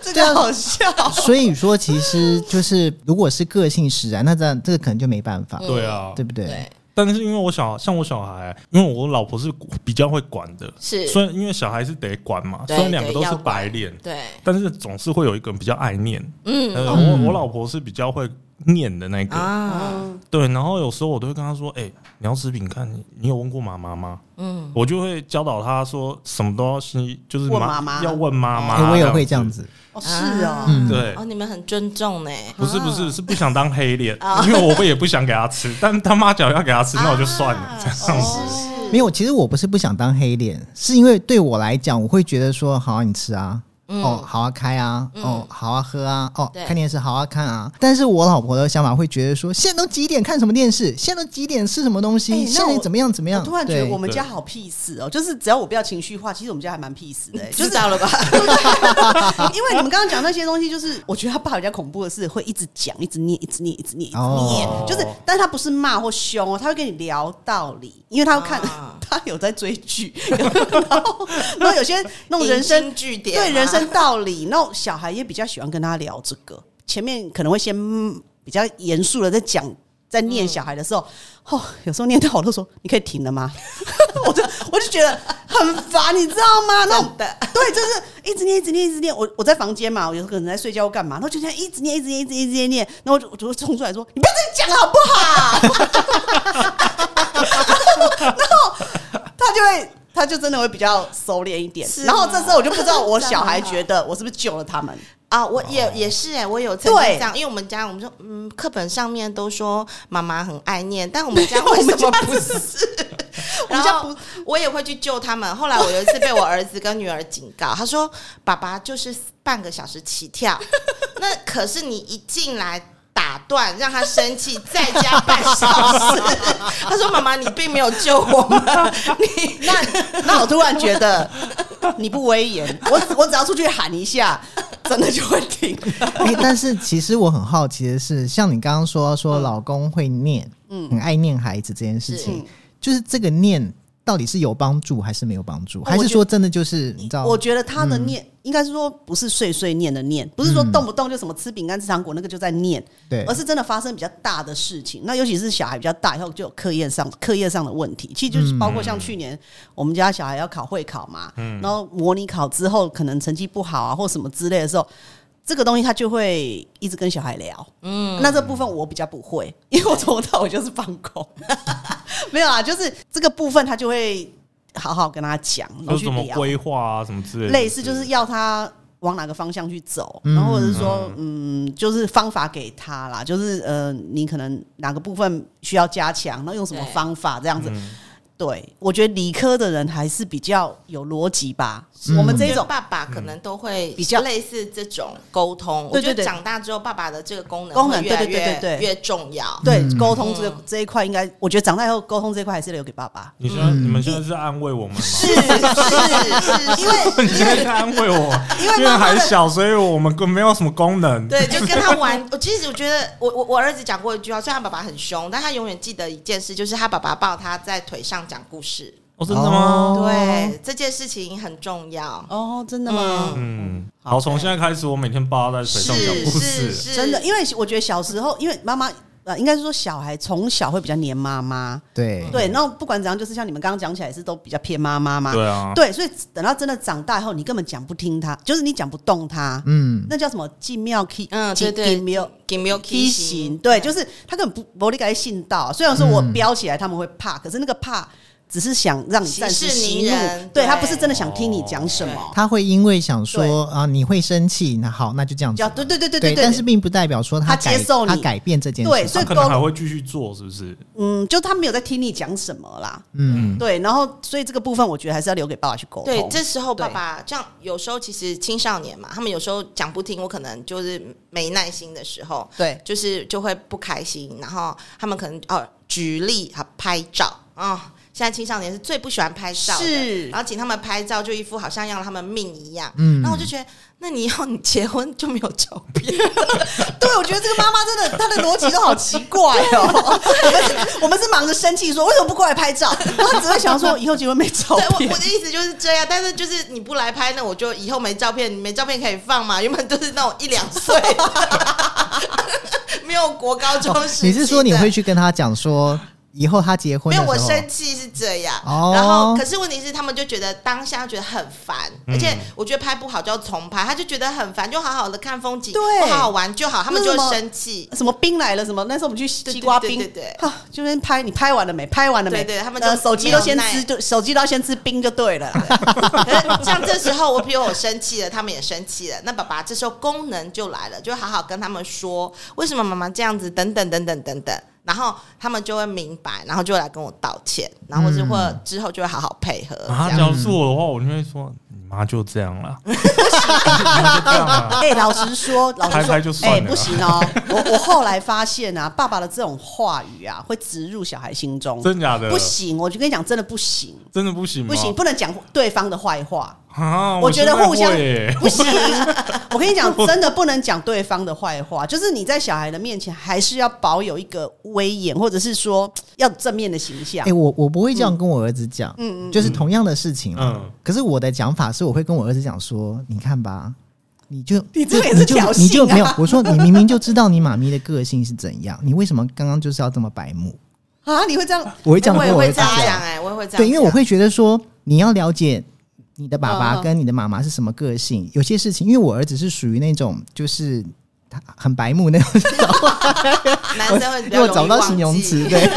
[SPEAKER 4] 这个好
[SPEAKER 1] [laughs]
[SPEAKER 4] 笑。
[SPEAKER 1] 所以说，其实就是如果是个性使然，那这样这个可能就没办法，
[SPEAKER 2] 对啊，
[SPEAKER 1] 对不对？
[SPEAKER 3] 对，
[SPEAKER 2] 但是因为我小像我小孩，因为我老婆是比较会管的，
[SPEAKER 3] 是
[SPEAKER 2] 所以因为小孩是得管嘛，
[SPEAKER 3] 对
[SPEAKER 2] 虽然两个
[SPEAKER 3] 对
[SPEAKER 2] 都
[SPEAKER 3] 要
[SPEAKER 2] 是
[SPEAKER 3] 管
[SPEAKER 2] 白脸，
[SPEAKER 3] 对，
[SPEAKER 2] 但是总是会有一个人比较爱念。
[SPEAKER 3] 嗯
[SPEAKER 2] 呃，
[SPEAKER 1] 嗯
[SPEAKER 2] 我我老婆是比较会念的那个，
[SPEAKER 3] 啊，
[SPEAKER 2] 对。然后有时候我都会跟她说：“哎，你要吃饼干，你你有问过妈妈吗？”
[SPEAKER 3] 嗯，
[SPEAKER 2] 我就会教导她说，什么东西就是
[SPEAKER 4] 问妈妈
[SPEAKER 2] 要问妈
[SPEAKER 1] 哎
[SPEAKER 2] 妈。
[SPEAKER 1] 我也会这样，子，
[SPEAKER 4] 哦是哦，
[SPEAKER 1] 嗯，
[SPEAKER 2] 对。
[SPEAKER 3] 哦，你们很尊重呢。
[SPEAKER 2] 不是不是，是不想当黑脸，因为我不也不想给他吃， [laughs] 但他妈脚要给他吃，那我就算了
[SPEAKER 3] 啊。
[SPEAKER 2] 这样
[SPEAKER 3] 是
[SPEAKER 4] 哦
[SPEAKER 3] 是
[SPEAKER 1] 没
[SPEAKER 3] 是，
[SPEAKER 1] 有，其实我不是不想当黑脸，是因为对我来讲，我会觉得说，好、啊，你吃啊。
[SPEAKER 3] 嗯
[SPEAKER 4] 嗯
[SPEAKER 1] 哦，好啊，开啊，哦，好啊，喝啊，哦
[SPEAKER 3] 对，
[SPEAKER 1] 看电视好啊，看啊。但是我老婆的想法会觉得说，现在都几点看什么电视？现在都几点吃什么东
[SPEAKER 4] 哎
[SPEAKER 1] 西？
[SPEAKER 4] 那
[SPEAKER 1] 现在
[SPEAKER 4] 我
[SPEAKER 1] 怎么样怎么样？
[SPEAKER 4] 我突然觉得
[SPEAKER 1] 嗯对
[SPEAKER 4] 我们家好 peace 哦，就是只要我不要情绪化，其实我们家还蛮 peace 的、欸就
[SPEAKER 3] 知
[SPEAKER 4] 是
[SPEAKER 3] 道了吧？
[SPEAKER 4] [laughs] 因为你们刚刚讲那些东西，就是 [laughs] 我觉得他爸比较恐怖的是会一直讲，一直念，一直念，一直念，一直念，
[SPEAKER 1] 哦
[SPEAKER 4] 就是，但是他不是骂或凶哦，他会跟你聊道理，因为他要看，
[SPEAKER 3] 啊
[SPEAKER 4] [laughs] 他有在追剧， [laughs] 然后然后有些那种人生
[SPEAKER 3] 引经据典嘛，啊
[SPEAKER 4] 对人生道理，那种小孩也比较喜欢跟他聊这个。前面可能会先嗯比较严肃的在讲。在念小孩的时候，哦，有时候念到我都说你可以停了吗？ [laughs] 我就我就觉得很烦，你知道吗？那种
[SPEAKER 3] 真的
[SPEAKER 4] 对，就是一直念，一直念，一直念。我我在房间嘛，我有时候可能在睡觉或干嘛，然后就这样一直念，一直念，一直念，一直念。然后我就我就冲出来说：“你不要再讲了，好不好？” [laughs] 然后他就会，他就真的会比较收敛一点
[SPEAKER 3] 是。
[SPEAKER 4] 然后
[SPEAKER 3] 吗
[SPEAKER 4] 这时候我就不知道我小孩
[SPEAKER 3] 这样很好
[SPEAKER 4] 觉得我是不是救了他们。
[SPEAKER 3] 啊，我也也是哎、我有曾经
[SPEAKER 4] 对
[SPEAKER 3] 这样，因为我们家我们说，嗯，课本上面都说妈妈很爱念，但我们家 [laughs] 为
[SPEAKER 4] 我
[SPEAKER 3] 什
[SPEAKER 4] 们
[SPEAKER 3] 么
[SPEAKER 4] 家
[SPEAKER 3] 不 [laughs]
[SPEAKER 4] 不
[SPEAKER 3] 是？
[SPEAKER 4] 我
[SPEAKER 3] 然
[SPEAKER 4] 们家
[SPEAKER 3] 后我也会去救他们。后来我有一次被我儿子跟女儿警告，他说：“爸爸就是半个小时起跳， [laughs] 那可是你一进来打断，让他生气，再加半小时。”他说：“妈妈，你并没有救我 [laughs] 们，你那
[SPEAKER 4] [laughs] 那我突然觉得你不威严，我我只要出去喊一下，真的就会停。
[SPEAKER 1] 哎、但是其实我很好奇的是，像你刚刚说
[SPEAKER 4] 嗯
[SPEAKER 1] 说老公会念，嗯，很爱念孩子这件事情，就是这个念到底是有帮助还是没有帮
[SPEAKER 4] 哦
[SPEAKER 1] 助，还是说真的就是你知道？
[SPEAKER 4] 我觉得他的念、应该是说不是碎碎念的念，不是说动不动就什么吃饼干吃糖果那个就在念，
[SPEAKER 1] 对
[SPEAKER 4] 而是真的发生比较大的事情。那尤其是小孩比较大以后，就有课业上课业上的问题，其实就是包括像去年我们家小孩要考会考嘛，然后模拟考之后可能成绩不好啊或什么之类的时候。这个东西他就会一直跟小孩聊，嗯，那这部分我比较不会，因为我从头到尾就是放空， [laughs] 没有啊，就是这个部分他就会好好跟他讲，然
[SPEAKER 2] 就是
[SPEAKER 4] 后去
[SPEAKER 2] 什么
[SPEAKER 4] 聊，
[SPEAKER 2] 规划啊，什么之类的，
[SPEAKER 4] 类似就是要他往哪个方向去走，然后或者是说，嗯，就是方法给他啦，就是呃，你可能哪个部分需要加强，那用什么
[SPEAKER 3] 对
[SPEAKER 4] 方法这样子。
[SPEAKER 2] 嗯
[SPEAKER 4] 对，我觉得理科的人还是比较有逻辑吧。我们这
[SPEAKER 3] 就
[SPEAKER 4] 种
[SPEAKER 3] 爸爸可能都会
[SPEAKER 4] 嗯比较
[SPEAKER 3] 类似这种沟通。
[SPEAKER 4] 对
[SPEAKER 3] 我
[SPEAKER 4] 对
[SPEAKER 3] 觉得
[SPEAKER 4] 对
[SPEAKER 3] 长大之后，爸爸的这个功能
[SPEAKER 4] 功能
[SPEAKER 3] 会越来
[SPEAKER 4] 对对对
[SPEAKER 3] 越
[SPEAKER 4] 对对
[SPEAKER 3] 越重
[SPEAKER 4] [laughs]
[SPEAKER 3] 要。
[SPEAKER 4] 对
[SPEAKER 1] 嗯
[SPEAKER 4] 沟通这个这一块，应该我觉得长大以后沟通这一块还是留给爸爸。
[SPEAKER 2] 你现在你们现在是安慰我们吗？
[SPEAKER 3] 是
[SPEAKER 4] [laughs]
[SPEAKER 3] 是是，因
[SPEAKER 2] [laughs]
[SPEAKER 3] 为
[SPEAKER 2] 你现在在安慰我，
[SPEAKER 3] 因为
[SPEAKER 2] 因为
[SPEAKER 3] 妈妈
[SPEAKER 2] 还
[SPEAKER 3] 的
[SPEAKER 2] 小，所以我们没有什么功能。
[SPEAKER 3] [laughs] 对，就跟他玩。
[SPEAKER 4] [laughs]
[SPEAKER 3] 我其实我觉得我，我我儿子讲过一句话，虽然他爸爸很凶，但他永远记得一件事，就是他爸爸抱他在腿上讲故事。
[SPEAKER 2] 哦，真的吗？
[SPEAKER 1] 哦
[SPEAKER 3] 对，这件事情很重要。
[SPEAKER 4] 哦，真的
[SPEAKER 3] 吗
[SPEAKER 2] 嗯，好，从现在开始，我每天抱他在腿上讲
[SPEAKER 3] 是
[SPEAKER 2] 故
[SPEAKER 3] 是
[SPEAKER 2] 事。
[SPEAKER 3] 是，
[SPEAKER 4] 真的，因为我觉得小时候，因为妈妈呃，应该是说小孩从小会比较黏妈妈，
[SPEAKER 1] 嗯对
[SPEAKER 4] 对，然后不管怎样，就是像你们刚刚讲起来是都比较偏妈妈嘛，
[SPEAKER 2] 对啊，
[SPEAKER 4] 对，所以等到真的长大以后，你根本讲不听他，就是你讲不动他，
[SPEAKER 1] 嗯，
[SPEAKER 4] 那叫什么进庙 key，
[SPEAKER 3] 嗯对对嗯
[SPEAKER 4] 庙。
[SPEAKER 3] 给没有
[SPEAKER 4] K 型，对，就是他根本不无力该信道。虽然说我
[SPEAKER 1] 嗯
[SPEAKER 4] 飙起来他们会怕，可是那个怕只是想让你
[SPEAKER 3] 息
[SPEAKER 4] 暂时
[SPEAKER 3] 事宁
[SPEAKER 4] 息怒
[SPEAKER 3] 人，
[SPEAKER 4] 对
[SPEAKER 3] 对
[SPEAKER 4] 他不是真的想听你讲什
[SPEAKER 3] 哦
[SPEAKER 4] 么。
[SPEAKER 1] 他会因为想说啊，你会生气，那好，那就这样子
[SPEAKER 4] 叫
[SPEAKER 1] 吧。
[SPEAKER 4] 对对对对对，
[SPEAKER 1] 但是并不代表说他
[SPEAKER 4] 他接
[SPEAKER 1] 改
[SPEAKER 4] 受你
[SPEAKER 1] 他改变这件事。
[SPEAKER 4] 对，所
[SPEAKER 2] 他
[SPEAKER 4] 以
[SPEAKER 2] 可
[SPEAKER 4] 沟
[SPEAKER 2] 能还
[SPEAKER 4] 通，
[SPEAKER 2] 会继续做，是不是？
[SPEAKER 4] 嗯，就他没有在听你讲什么啦。
[SPEAKER 1] 嗯，
[SPEAKER 4] 对，然后所以这个部分我觉得还是要留给爸爸去沟通。
[SPEAKER 3] 对，这时候爸
[SPEAKER 4] 对
[SPEAKER 3] 爸这样，有时候其实青少年嘛，他们有时候讲不听，我可能就是没耐心的时候，
[SPEAKER 4] 对
[SPEAKER 3] 就是就会不开心，然后他们可能哦，举例啊，拍照啊、现在青少年是最不喜欢拍照的，
[SPEAKER 4] 是
[SPEAKER 3] 然后请他们拍照，就一副好像要他们命一样，
[SPEAKER 1] 嗯
[SPEAKER 3] 然后我就觉得，那你要你结婚就没有照片，
[SPEAKER 4] 对，我觉得这个妈妈真的，她的逻辑都好奇怪
[SPEAKER 3] [laughs]
[SPEAKER 4] 哦。我们是，我们是忙着生气，说为什么不过来拍照？然后只会想说以后结婚没照
[SPEAKER 3] 对，我
[SPEAKER 4] 片
[SPEAKER 3] 我。的意思就是这样，但是就是你不来拍，那我就以后没照片，你没照片可以放嘛？原本都是那种一两岁 [laughs] 的，没有国高中
[SPEAKER 4] 嗯
[SPEAKER 3] 时期的、
[SPEAKER 1] 你是说你会去跟他讲说，以后他结婚
[SPEAKER 3] 没
[SPEAKER 1] 的
[SPEAKER 3] 有，
[SPEAKER 1] 时候，
[SPEAKER 3] 我生气是这样。
[SPEAKER 1] 哦
[SPEAKER 3] 然后，可是问题是，他们就觉得当下觉得很烦，
[SPEAKER 1] 嗯
[SPEAKER 3] 而且我觉得拍不好就要重拍，他就觉得很烦，就好好的看风景，
[SPEAKER 4] 对
[SPEAKER 3] 不好好玩就好，他们就
[SPEAKER 4] 那
[SPEAKER 3] 会
[SPEAKER 4] 什么
[SPEAKER 3] 生气。
[SPEAKER 4] 什么冰来了？什么？那时候我们去西瓜冰，
[SPEAKER 3] 对对对对
[SPEAKER 4] 哈，就是拍你拍完了没？拍完了没？
[SPEAKER 3] 对对他们就
[SPEAKER 4] 呃、手机
[SPEAKER 3] 没有
[SPEAKER 4] 都先
[SPEAKER 3] 耐
[SPEAKER 4] 吃，就手机都要先吃冰就对
[SPEAKER 3] [laughs]
[SPEAKER 4] 了啦。
[SPEAKER 3] 可是 [laughs] 像这时候，我比如我生气了，他们也生气了，那爸爸这时候功能就来了，就好好跟他们说为什么妈妈这样子，等等等等等等，然后他们就会明白，然后就会来跟我道歉，然后或是
[SPEAKER 1] 嗯
[SPEAKER 3] 或之后就会好好配合。
[SPEAKER 2] 啊，
[SPEAKER 3] 呃这
[SPEAKER 2] 假
[SPEAKER 3] 样
[SPEAKER 2] 如是我的话，我就会说你妈就这样了，你妈就这样了。
[SPEAKER 4] 哎、老实说，老实
[SPEAKER 2] [laughs] 拍
[SPEAKER 4] 说，
[SPEAKER 2] 拍就算了
[SPEAKER 4] 哎不行哦。我我后来发现啊，爸爸的这种话语啊，会植入小孩心中，
[SPEAKER 2] 真假的？
[SPEAKER 4] 不，行。我就跟你讲，真的不行，
[SPEAKER 2] 真的不行吗？
[SPEAKER 4] 不行，不能讲对方的坏话。
[SPEAKER 2] 啊！
[SPEAKER 4] 我觉得
[SPEAKER 2] 现在
[SPEAKER 4] 互相
[SPEAKER 2] 会耶 [laughs]
[SPEAKER 4] 不行，我跟你讲，真的不能讲对方的坏话，就是你在小孩的面前还是要保有一个威严，或者是说要正面的形象
[SPEAKER 1] 哎、。我我不会这样跟我儿子讲，
[SPEAKER 4] 嗯
[SPEAKER 1] 嗯嗯，就是同样的事情，嗯
[SPEAKER 2] 嗯，
[SPEAKER 1] 可是我的讲法是，我会跟我儿子讲说，你看吧，你就
[SPEAKER 4] [laughs] 你这个也
[SPEAKER 1] 你
[SPEAKER 4] 是
[SPEAKER 1] 就
[SPEAKER 4] 挑
[SPEAKER 1] 你就
[SPEAKER 4] 衅啊
[SPEAKER 1] 没有，我说你明明就知道你妈咪的个性是怎样，你为什么刚刚就是要这么白目？
[SPEAKER 2] 哎
[SPEAKER 4] 啊，你会这样？
[SPEAKER 1] 我会这样
[SPEAKER 3] 我
[SPEAKER 1] 跟
[SPEAKER 3] 也会
[SPEAKER 1] 儿子
[SPEAKER 3] 这样
[SPEAKER 1] 讲
[SPEAKER 3] 讲，哎、我也会这样讲，
[SPEAKER 1] 对，因为我会觉得说你要了解你的爸
[SPEAKER 4] 嗯
[SPEAKER 1] 爸
[SPEAKER 4] 嗯
[SPEAKER 1] 跟你的妈妈是什么个性，有些事情，因为我儿子是属于那种就是他很白目那种， [laughs]
[SPEAKER 3] 男生会 [laughs] 比较
[SPEAKER 1] 我
[SPEAKER 3] 容易
[SPEAKER 1] 找不到
[SPEAKER 3] 忘
[SPEAKER 1] 形容
[SPEAKER 3] 记
[SPEAKER 1] 词，对，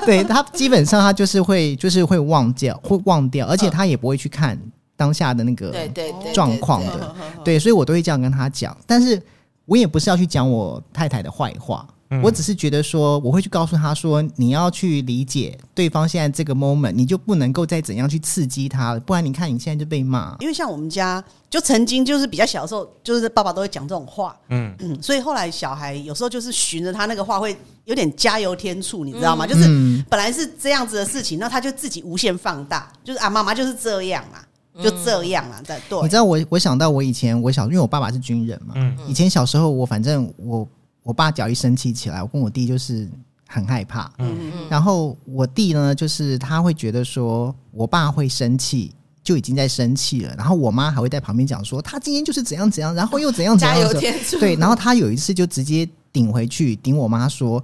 [SPEAKER 1] [laughs] 对他基本上他就是会就是会忘掉，会忘掉，而且他也不会去看当下的那个
[SPEAKER 3] 对对对
[SPEAKER 1] 状况
[SPEAKER 3] 对对
[SPEAKER 1] 的对，所以我都会这样跟他讲，但是我也不是要去讲我太太的坏话，我只是觉得说，我会去告诉他说，你要去理解对方现在这个 moment，你就不能够再怎样去刺激他了，不然你看你现在就被骂。
[SPEAKER 4] 因为像我们家就曾经就是比较小的时候，就是爸爸都会讲这种话，
[SPEAKER 2] 嗯，
[SPEAKER 4] 嗯，所以后来小孩有时候就是循着他那个话，会有点加油添醋，你知道吗？就是
[SPEAKER 1] 嗯，
[SPEAKER 4] 本来是这样子的事情，那他就自己无限放大，就是啊，妈妈就是这样嘛，就
[SPEAKER 2] 嗯
[SPEAKER 4] 这样嘛，对
[SPEAKER 1] 你知
[SPEAKER 4] 对，
[SPEAKER 1] 道我我想到我以前我小，因为我爸爸是军人嘛，
[SPEAKER 2] 嗯
[SPEAKER 1] 以前小时候我反正我我爸只要一生气起来，我跟我弟就是很害怕，
[SPEAKER 4] 嗯
[SPEAKER 1] 然后我弟呢，就是他会觉得说，我爸会生气，就已经在生气了。然后我妈还会在旁边讲说，他今天就是怎样怎样，然后又怎样怎
[SPEAKER 3] 加
[SPEAKER 1] 样
[SPEAKER 3] 油
[SPEAKER 1] 怎样。
[SPEAKER 3] 添醋，
[SPEAKER 1] 对，然后他有一次就直接顶回去，顶我妈说，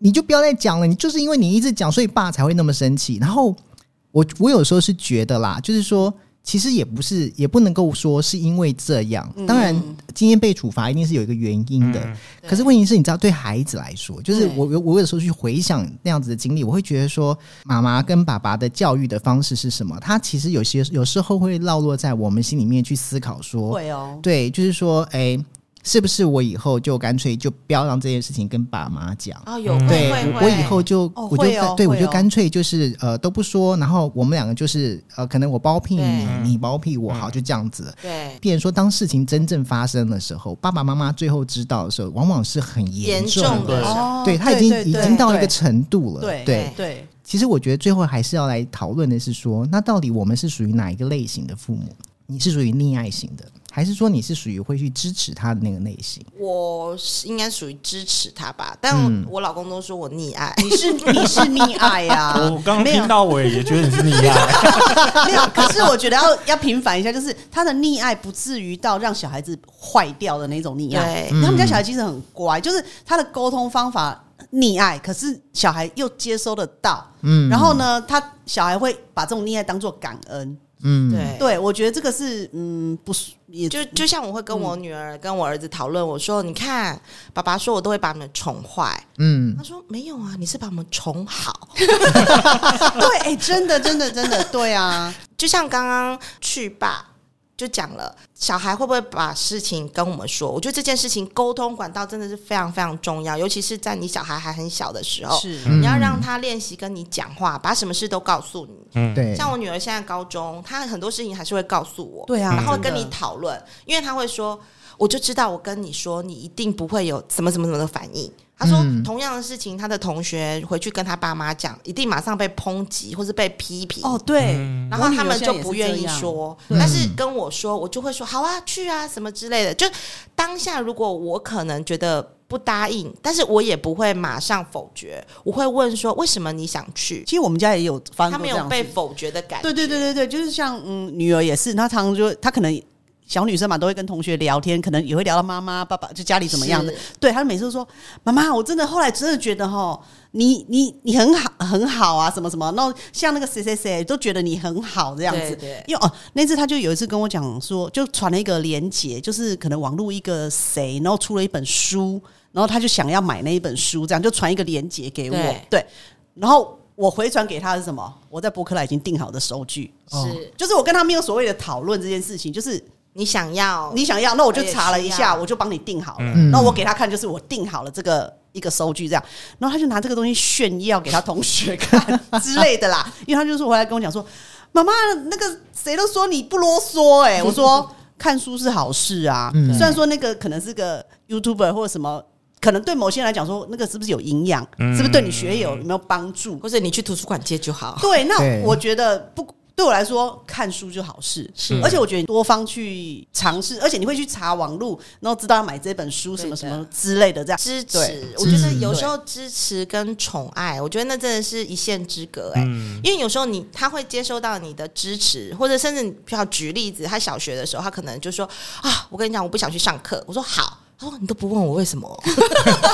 [SPEAKER 1] 你就不要再讲了，你就是因为你一直讲，所以爸才会那么生气。然后我我有时候是觉得啦，就是说。其实也不是，也不能够说是因为这样。当然，
[SPEAKER 3] 嗯
[SPEAKER 1] 今天被处罚一定是有一个原因的。
[SPEAKER 2] 嗯
[SPEAKER 3] 对
[SPEAKER 1] 可是问题是，你知道，对孩子来说，就是
[SPEAKER 4] 对
[SPEAKER 1] 我有我有时候去回想那样子的经历，我会觉得说，妈妈跟爸爸的教育的方式是什么？他其实有些有时候会落落在我们心里面去思考说，
[SPEAKER 4] 会哦，
[SPEAKER 1] 对，就是说，哎，是不是我以后就干脆就不要让这件事情跟爸妈讲？
[SPEAKER 3] 哦，有
[SPEAKER 2] 嗯
[SPEAKER 1] 对
[SPEAKER 3] 会
[SPEAKER 1] 我
[SPEAKER 3] 会
[SPEAKER 1] 我
[SPEAKER 3] 会
[SPEAKER 1] 以后就、
[SPEAKER 4] 哦
[SPEAKER 1] 我就
[SPEAKER 4] 会哦
[SPEAKER 1] 干对我
[SPEAKER 4] 会
[SPEAKER 1] 就
[SPEAKER 4] 哦
[SPEAKER 1] 干脆就是呃都不说，然后我们两个就是呃可能我包庇你，
[SPEAKER 2] 对
[SPEAKER 1] 你包庇我，好就这样子。
[SPEAKER 3] 对
[SPEAKER 1] 变成说，当事情真正发生的时候，爸爸妈妈最后知道的时候，往往是很
[SPEAKER 3] 严
[SPEAKER 1] 严重
[SPEAKER 3] 重
[SPEAKER 2] 对
[SPEAKER 3] 的
[SPEAKER 2] 哦
[SPEAKER 1] 对他已经已经到一个
[SPEAKER 4] 对
[SPEAKER 1] 程度了。
[SPEAKER 4] 对对
[SPEAKER 1] 其实我觉得最后还是要来讨论的是说，那到底我们是属于哪一个类型的父母？你是属于溺爱型的，还是说你是属于会去支持他的那个类型？
[SPEAKER 3] 我是应该属于支持他吧，但
[SPEAKER 1] 嗯
[SPEAKER 3] 我老公都说我溺爱，
[SPEAKER 4] 你是你是溺爱呀，
[SPEAKER 2] [laughs] 我刚刚
[SPEAKER 4] 没有
[SPEAKER 2] 听到，我也觉得你是你啊，
[SPEAKER 4] [laughs] 没有，可是我觉得要要平反一下，就是他的溺爱不至于到让小孩子坏掉的那种溺爱。
[SPEAKER 3] 对嗯
[SPEAKER 4] 他们家小孩其实很乖，就是他的沟通方法溺爱，可是小孩又接收得到。
[SPEAKER 1] 嗯
[SPEAKER 4] 然后呢，他小孩会把这种溺爱当做感恩。
[SPEAKER 1] 嗯，
[SPEAKER 3] 对
[SPEAKER 4] 对，我觉得这个是嗯，不是也
[SPEAKER 3] 就就像我会跟我女儿、跟我儿子讨论，我说你看，爸爸说我都会把你们宠坏，
[SPEAKER 1] 嗯
[SPEAKER 3] 他，说没有啊，你是把我们宠好。
[SPEAKER 4] 对，哎、真的，真的，
[SPEAKER 3] [laughs]
[SPEAKER 4] 真的，对啊，
[SPEAKER 3] 就像刚刚去爸就讲了，小孩会不会把事情跟我们说？我觉得这件事情沟通管道真的是非常非常重要，尤其是在你小孩还很小的时候，
[SPEAKER 4] 是
[SPEAKER 1] 嗯
[SPEAKER 3] 你要让他练习跟你讲话，把什么事都告诉你。
[SPEAKER 2] 嗯，
[SPEAKER 1] 对，
[SPEAKER 3] 像我女儿现在高中，她很多事情还是会告诉我，
[SPEAKER 4] 对啊
[SPEAKER 3] 然后
[SPEAKER 1] 嗯
[SPEAKER 4] 真的
[SPEAKER 3] 跟你讨论，因为她会说，我就知道我跟你说，你一定不会有怎么怎么怎么的反应。她说，
[SPEAKER 1] 嗯
[SPEAKER 3] 同样的事情，她的同学回去跟她爸妈讲，一定马上被抨击或是被批评。
[SPEAKER 4] 哦，对，
[SPEAKER 2] 嗯
[SPEAKER 3] 然后他们就不愿意说，
[SPEAKER 1] 嗯
[SPEAKER 3] 但是跟我说，我就会说好啊，去啊，什么之类的。就当下，如果我可能觉得不答应，但是我也不会马上否决，我会问说为什么你想去？
[SPEAKER 4] 其实我们家也有发生
[SPEAKER 3] 他
[SPEAKER 4] 过
[SPEAKER 3] 没
[SPEAKER 4] 这
[SPEAKER 3] 有
[SPEAKER 4] 样
[SPEAKER 3] 被
[SPEAKER 4] 子。
[SPEAKER 3] 否决的感觉。
[SPEAKER 4] 对对对对对，就是像嗯，女儿也是，她常常就她可能小女生嘛，都会跟同学聊天，可能也会聊到妈妈、爸爸，就家里怎么样的
[SPEAKER 3] 是。
[SPEAKER 4] 对，她每次都说：“妈妈，我真的后来真的觉得哈，你你你很好很好啊，什么什么。”那像那个谁谁谁都觉得你很好这样
[SPEAKER 3] 对。
[SPEAKER 4] 子
[SPEAKER 3] 对
[SPEAKER 4] 因为哦，那次她就有一次跟我讲说，就传了一个链接，就是可能网络一个谁，然后出了一本书，然后她就想要买那一本书，这样就传一个链接给我。
[SPEAKER 3] 对
[SPEAKER 4] 对，然后我回传给他是什么？我在博客来已经订好的收据，
[SPEAKER 1] 哦
[SPEAKER 3] 是
[SPEAKER 4] 就是我跟他没有所谓的讨论这件事情，就是
[SPEAKER 3] 你想要
[SPEAKER 4] 你想要，那我就
[SPEAKER 3] 我也
[SPEAKER 4] 查了一下，
[SPEAKER 3] 需要
[SPEAKER 4] 我就帮你订好了。
[SPEAKER 1] 嗯
[SPEAKER 4] 然后我给他看，就是我订好了这个一个收据这样，然后他就拿这个东西炫耀给他同学看之类的啦， [laughs] 因为他就是回来跟我讲说，妈妈那个谁都说你不啰嗦哎、我说看书是好事啊，
[SPEAKER 1] 嗯
[SPEAKER 4] 虽然说那个可能是个 YouTuber 或者什么。可能对某些人来讲说，那个是不是有营养？
[SPEAKER 2] 嗯
[SPEAKER 4] 是不是对你学业有有没有帮助？
[SPEAKER 3] 或者你去图书馆借就好。
[SPEAKER 4] 对，那
[SPEAKER 1] 对
[SPEAKER 4] 我觉得不对我来说，看书就好事。
[SPEAKER 2] 是
[SPEAKER 4] 而且我觉得你多方去尝试，而且你会去查网络，然后知道要买这本书什么什
[SPEAKER 3] 对的
[SPEAKER 4] 么之类的，这样
[SPEAKER 3] 支持
[SPEAKER 4] 对，
[SPEAKER 3] 我觉得有时候支持跟宠爱，我觉得那真的是一线之隔哎、
[SPEAKER 2] 嗯，
[SPEAKER 3] 因为有时候你他会接收到你的支持，或者甚至你比较举例子，他小学的时候，他可能就说啊，我跟你讲，我不想去上课。我说好，他说你都不问我为什么。 [laughs]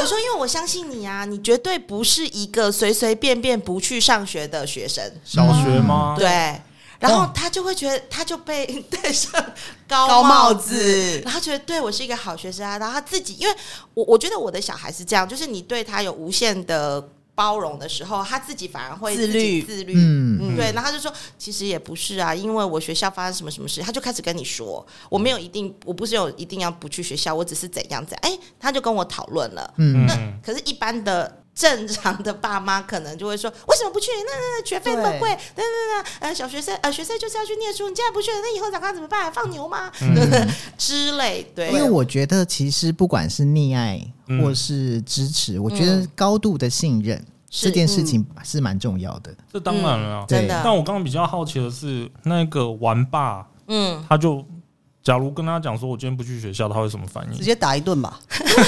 [SPEAKER 3] 我说因为我相信你啊，你绝对不是一个随随便便不去上学的学生。
[SPEAKER 2] [laughs] 小学吗？
[SPEAKER 3] 对。然后他就会觉得，他就被 [laughs] 戴上
[SPEAKER 4] 高
[SPEAKER 3] 高
[SPEAKER 4] 帽
[SPEAKER 3] 帽
[SPEAKER 4] 子
[SPEAKER 3] 子，然后觉得对我是一个好学生啊。然后他自己，因为我我觉得我的小孩是这样，就是你对他有无限的包容的时候，他自己反而会
[SPEAKER 4] 自
[SPEAKER 3] 自己
[SPEAKER 4] 律
[SPEAKER 3] 自律。
[SPEAKER 1] 嗯
[SPEAKER 3] 嗯，对，然后他就说，其实也不是啊，因为我学校发生什么什么事，他就开始跟你说，我没有一定，我不是有一定要不去学校，我只是怎样怎样，哎，他就跟我讨论了。
[SPEAKER 1] 嗯，
[SPEAKER 2] 嗯，
[SPEAKER 3] 可是，一般的正常的爸妈可能就会说，为什么不去？那那那学费那么贵，那那那呃，小学生呃，学生就是要去念书，你现在不去，那以后长大怎么办？放牛吗？对不对？ [laughs] 之类，对，
[SPEAKER 1] 嗯因为我觉得其实不管是溺爱
[SPEAKER 2] 嗯
[SPEAKER 1] 或是支持，我觉得高度的信任
[SPEAKER 3] 是
[SPEAKER 1] 这件事情是蛮重要的。
[SPEAKER 2] 这当然了
[SPEAKER 4] 嗯
[SPEAKER 2] 啊。
[SPEAKER 1] 对
[SPEAKER 3] 真
[SPEAKER 2] 但
[SPEAKER 3] 的，
[SPEAKER 2] 我刚刚比较好奇的
[SPEAKER 4] 啊
[SPEAKER 2] 是，那个玩爸
[SPEAKER 3] 嗯，
[SPEAKER 2] 他就。假如跟他讲说，我今天不去学校，他会什么反
[SPEAKER 4] 直
[SPEAKER 2] 应？
[SPEAKER 4] 接打一顿吧。 [laughs]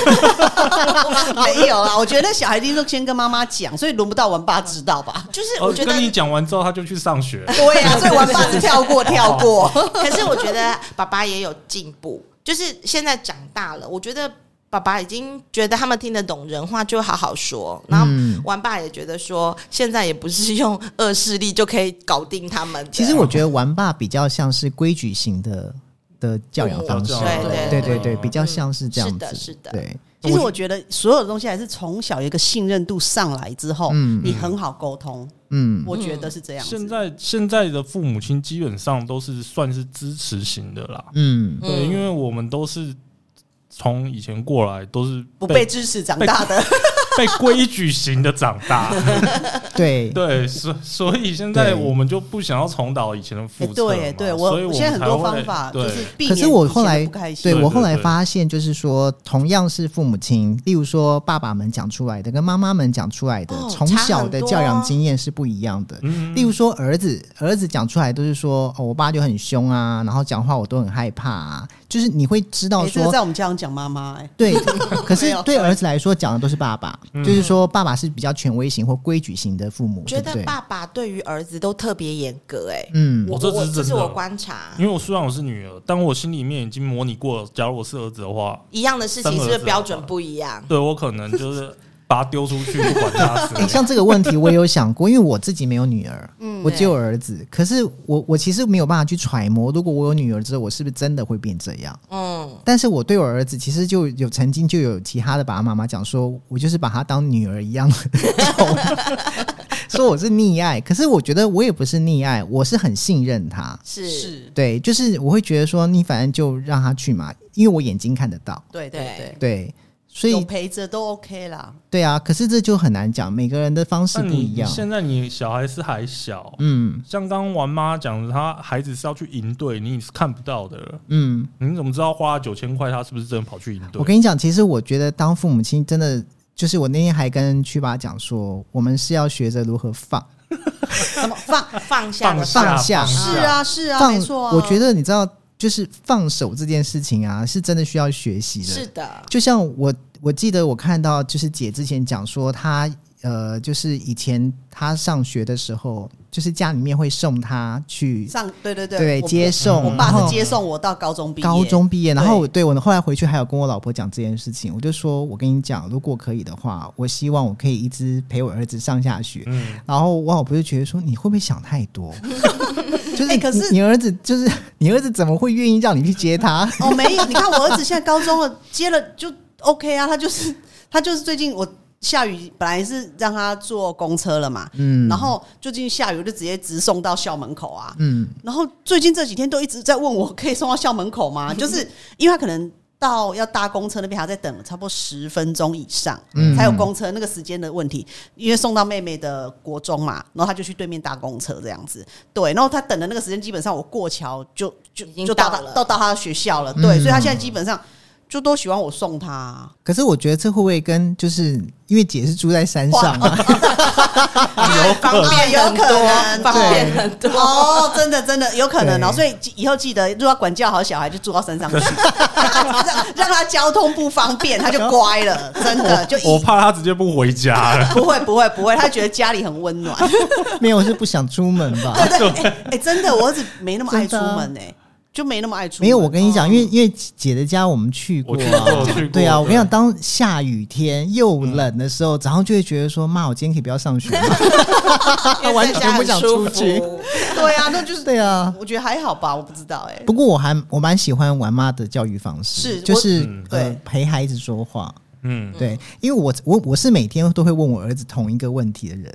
[SPEAKER 4] 没有啊啦，我觉得小孩一定都先跟妈妈讲，所以轮不到玩爸知道吧？
[SPEAKER 3] 就是
[SPEAKER 2] 哦
[SPEAKER 3] 我觉得
[SPEAKER 2] 跟你讲完之后，他就去上学。
[SPEAKER 4] [laughs] 对呀、啊， [laughs] 啊哦所以玩爸是跳过跳过。
[SPEAKER 3] 可是我觉得爸爸也有进步，就是现在长大了，我觉得爸爸已经觉得他们听得懂人话，就好好说。然后
[SPEAKER 1] 嗯
[SPEAKER 3] 玩爸也觉得说，现在也不是用恶势力就可以搞定他们的。
[SPEAKER 1] 其实我觉得玩爸比较像是规矩型的的教养方式，
[SPEAKER 2] 对
[SPEAKER 3] 对
[SPEAKER 1] 对
[SPEAKER 3] 对
[SPEAKER 1] 对
[SPEAKER 2] 对
[SPEAKER 1] 对，
[SPEAKER 2] 嗯
[SPEAKER 1] 比较像是这样
[SPEAKER 3] 是
[SPEAKER 1] 子，
[SPEAKER 3] 的是的
[SPEAKER 1] 对，
[SPEAKER 4] 其实我觉得所有的东西还是从小有一个信任度上来之后，
[SPEAKER 1] 嗯
[SPEAKER 4] 你很好沟通，
[SPEAKER 1] 嗯，
[SPEAKER 4] 我觉得是这样子。
[SPEAKER 2] 现在现在的父母亲基本上都是算是支持型的啦，
[SPEAKER 1] 嗯，
[SPEAKER 2] 对，
[SPEAKER 3] 嗯
[SPEAKER 2] 因为我们都是从以前过来都是
[SPEAKER 4] 不被
[SPEAKER 2] 被
[SPEAKER 4] 支持长大的，
[SPEAKER 2] 被规矩型的长
[SPEAKER 4] [laughs]
[SPEAKER 2] 大，
[SPEAKER 1] 对，
[SPEAKER 2] [laughs] 对，所所以现在
[SPEAKER 1] 对
[SPEAKER 2] 我们就不想要重蹈以前的覆辙
[SPEAKER 4] 哎
[SPEAKER 2] 嘛、
[SPEAKER 4] 对对，
[SPEAKER 2] 所以
[SPEAKER 4] 我
[SPEAKER 2] 我
[SPEAKER 4] 现在很多方
[SPEAKER 2] 们才
[SPEAKER 4] 法
[SPEAKER 2] 会
[SPEAKER 4] 就是
[SPEAKER 2] 对
[SPEAKER 4] 避免。
[SPEAKER 1] 可是我后来
[SPEAKER 4] 不开心，哎
[SPEAKER 1] 对
[SPEAKER 2] 对
[SPEAKER 1] 我
[SPEAKER 2] 对
[SPEAKER 1] 后来
[SPEAKER 2] 对
[SPEAKER 1] 发现，就是说，同样是父母亲，例如说爸爸们讲出来的，跟妈妈们讲出来的，
[SPEAKER 3] 哦
[SPEAKER 1] 从
[SPEAKER 3] 差
[SPEAKER 1] 小
[SPEAKER 3] 很
[SPEAKER 1] 的
[SPEAKER 3] 多
[SPEAKER 1] 教养
[SPEAKER 3] 啊
[SPEAKER 1] 经验是不一样的。
[SPEAKER 2] 嗯
[SPEAKER 1] 例如说儿子，儿子讲出来都是说，哦，我爸就很凶啊，然后讲话我都很害怕啊，就是你会知道
[SPEAKER 4] 哎这
[SPEAKER 1] 说
[SPEAKER 4] 个，在我们家长讲妈妈，哎，
[SPEAKER 1] 对，
[SPEAKER 3] [laughs]
[SPEAKER 1] 可是
[SPEAKER 4] 没有
[SPEAKER 1] 对儿子来说讲的都是爸爸，就是说爸爸是比较权威型或规矩型的父母，
[SPEAKER 3] 觉
[SPEAKER 1] 对
[SPEAKER 3] 得
[SPEAKER 1] 不对？
[SPEAKER 3] 爸爸对于儿子都特别严格、哎、
[SPEAKER 1] 嗯，
[SPEAKER 3] 我
[SPEAKER 2] 哦这
[SPEAKER 3] 我
[SPEAKER 2] 是
[SPEAKER 3] 这
[SPEAKER 2] 真
[SPEAKER 3] 是
[SPEAKER 2] 的
[SPEAKER 3] 我观察
[SPEAKER 2] 因为我虽然我是女儿，但我心里面已经模拟过了，假如我是儿子的话，
[SPEAKER 3] 一样的事情，
[SPEAKER 2] 生
[SPEAKER 3] 是
[SPEAKER 2] 儿
[SPEAKER 3] 不是
[SPEAKER 2] 子
[SPEAKER 3] 标
[SPEAKER 2] 好
[SPEAKER 3] 准
[SPEAKER 2] 吧
[SPEAKER 3] 不一样？
[SPEAKER 2] 对我可能就是
[SPEAKER 4] [laughs]
[SPEAKER 2] 把他丢出去，不管他死
[SPEAKER 1] 欸
[SPEAKER 4] 哎
[SPEAKER 1] 像这个问题我也有想过，因为我自己没有女
[SPEAKER 3] [laughs]
[SPEAKER 1] 儿，
[SPEAKER 3] 嗯
[SPEAKER 1] 我只有儿子。可是我我其实没有办法去揣摩，如果我有女儿之后，我是不是真的会变这样？
[SPEAKER 3] 嗯，
[SPEAKER 1] 但是我对我儿子其实就有曾经就有其他的爸爸妈妈讲说，我就是把他当女儿一样的宠， [laughs] 说我是溺爱。可是我觉得我也不是溺爱，我是很信任他。
[SPEAKER 3] 是
[SPEAKER 1] 对，就是我会觉得说，你反正就让他去嘛，因为我眼睛看得到。
[SPEAKER 4] 对对对，
[SPEAKER 1] 对，所
[SPEAKER 4] 所有
[SPEAKER 1] 以
[SPEAKER 4] 陪着都 OK 啦。
[SPEAKER 1] 对啊，可是这就很难讲，每个人的方式
[SPEAKER 2] 那
[SPEAKER 1] 不一
[SPEAKER 2] 你
[SPEAKER 1] 样。
[SPEAKER 2] 现在你小孩是还小，
[SPEAKER 1] 嗯
[SPEAKER 2] 像刚刚王妈讲的，她孩子是要去营队，你是看不到的了。
[SPEAKER 1] 嗯。
[SPEAKER 2] 你怎么知道花了九千块，他是不是真的跑去营队？
[SPEAKER 1] 我跟你讲，其实我觉得当父母亲真的，就是我那天还跟曲爸讲说，我们是要学着如何放
[SPEAKER 4] 什么
[SPEAKER 3] [laughs]
[SPEAKER 4] 放？
[SPEAKER 3] 放下
[SPEAKER 2] 放
[SPEAKER 3] 的
[SPEAKER 1] 放下
[SPEAKER 4] 是，啊是啊，
[SPEAKER 1] 放、
[SPEAKER 4] 没错啊。
[SPEAKER 1] 我觉得你知道，就是放手这件事情啊，是真的需要学习的。
[SPEAKER 3] 是的，
[SPEAKER 1] 就像我我记得我看到就是姐之前讲说她。呃，就是以前她上学的时候，就是家里面会送她去
[SPEAKER 4] 上对对对，
[SPEAKER 1] 对
[SPEAKER 4] 我
[SPEAKER 1] 接送，
[SPEAKER 4] 我
[SPEAKER 1] 然
[SPEAKER 4] 爸
[SPEAKER 1] 后
[SPEAKER 4] 是接送我到高中毕业，
[SPEAKER 1] 高中毕业，然
[SPEAKER 4] 对
[SPEAKER 1] 后我对我呢后来回去还有跟我老婆讲这件事情，我就说我跟你讲，如果可以的话，我希望我可以一直陪我儿子上下学。
[SPEAKER 2] 嗯，
[SPEAKER 1] 然后我老婆就觉得说你会不会想太
[SPEAKER 4] [laughs]
[SPEAKER 1] 多？就是你、
[SPEAKER 4] 哎可是
[SPEAKER 1] 你儿子就是你儿子怎么会愿意让你去接他？
[SPEAKER 4] 哦，没有，你看我儿子现在高中了，接了就 OK 啊，他就是他就是最近我下雨，本来是让他坐公车了嘛，
[SPEAKER 1] 嗯，
[SPEAKER 4] 然后最近下雨我就直接直送到校门口啊，
[SPEAKER 1] 嗯
[SPEAKER 4] 然后最近这几天都一直在问我可以送到校门
[SPEAKER 1] [laughs]
[SPEAKER 4] 口吗？就是因为他可能。到要搭公车那边还在等差不多十分钟以上，
[SPEAKER 1] 嗯
[SPEAKER 4] 才有公车那个时间的问题。因为送到妹妹的国中嘛，然后他就去对面搭公车这样子。对，然后他等的那个时间基本上我过桥就就
[SPEAKER 3] 已经
[SPEAKER 4] 就到
[SPEAKER 3] 到
[SPEAKER 4] 他
[SPEAKER 3] 了
[SPEAKER 4] 到到他的学校了。
[SPEAKER 1] 嗯
[SPEAKER 4] 对，所以他现在基本上就都喜欢我送他、啊。
[SPEAKER 1] 可是我觉得这会不会跟就是因为姐是住在山上嘛，
[SPEAKER 2] 有可能
[SPEAKER 4] 啊有可
[SPEAKER 1] [laughs]
[SPEAKER 4] 能
[SPEAKER 3] 方
[SPEAKER 4] 对
[SPEAKER 3] 便很多。
[SPEAKER 4] 哦，真的真的有可能哦，
[SPEAKER 1] 对
[SPEAKER 4] 所以记以后记得，如果要管教好小孩，就住
[SPEAKER 1] [laughs]
[SPEAKER 4] 到山上去，让让他交通不方便，他就乖
[SPEAKER 1] [laughs]
[SPEAKER 4] 了，真的就
[SPEAKER 2] 我
[SPEAKER 4] 一
[SPEAKER 2] 怕他直接不回家了。
[SPEAKER 4] 不会不会不会，他觉得家里
[SPEAKER 1] [laughs]
[SPEAKER 4] 很温暖。
[SPEAKER 1] [laughs] 没有是不想出门吧？
[SPEAKER 4] [laughs] 对对，哎、哎真的，我儿子没那么爱出
[SPEAKER 1] 真的啊
[SPEAKER 4] 门哎、就没那么爱出门。
[SPEAKER 1] 没有，我跟你讲，
[SPEAKER 4] 哦
[SPEAKER 1] 因为因为姐的家我们去过
[SPEAKER 2] 我去
[SPEAKER 1] 啊
[SPEAKER 2] 过，我去过
[SPEAKER 1] 对啊，我跟你讲，
[SPEAKER 2] 对
[SPEAKER 1] 当下雨天又冷的时候，早上就会觉得说，妈，我今天可以不要上学吗？
[SPEAKER 3] 因为
[SPEAKER 1] 完全不想出
[SPEAKER 3] 在家
[SPEAKER 1] 去
[SPEAKER 3] 很舒服。
[SPEAKER 4] 对啊， [laughs] 那就是
[SPEAKER 1] 对啊，
[SPEAKER 4] 我觉得还好吧，我不知道哎、
[SPEAKER 1] 不过我还我蛮喜欢玩妈的教育方式，
[SPEAKER 4] 是
[SPEAKER 1] 就
[SPEAKER 4] 我
[SPEAKER 1] 是、
[SPEAKER 2] 嗯
[SPEAKER 1] 呃
[SPEAKER 4] 对
[SPEAKER 1] 陪孩子说话。
[SPEAKER 2] 嗯，
[SPEAKER 1] 对，因为我我我是每天都会问我儿子同一个问题的人，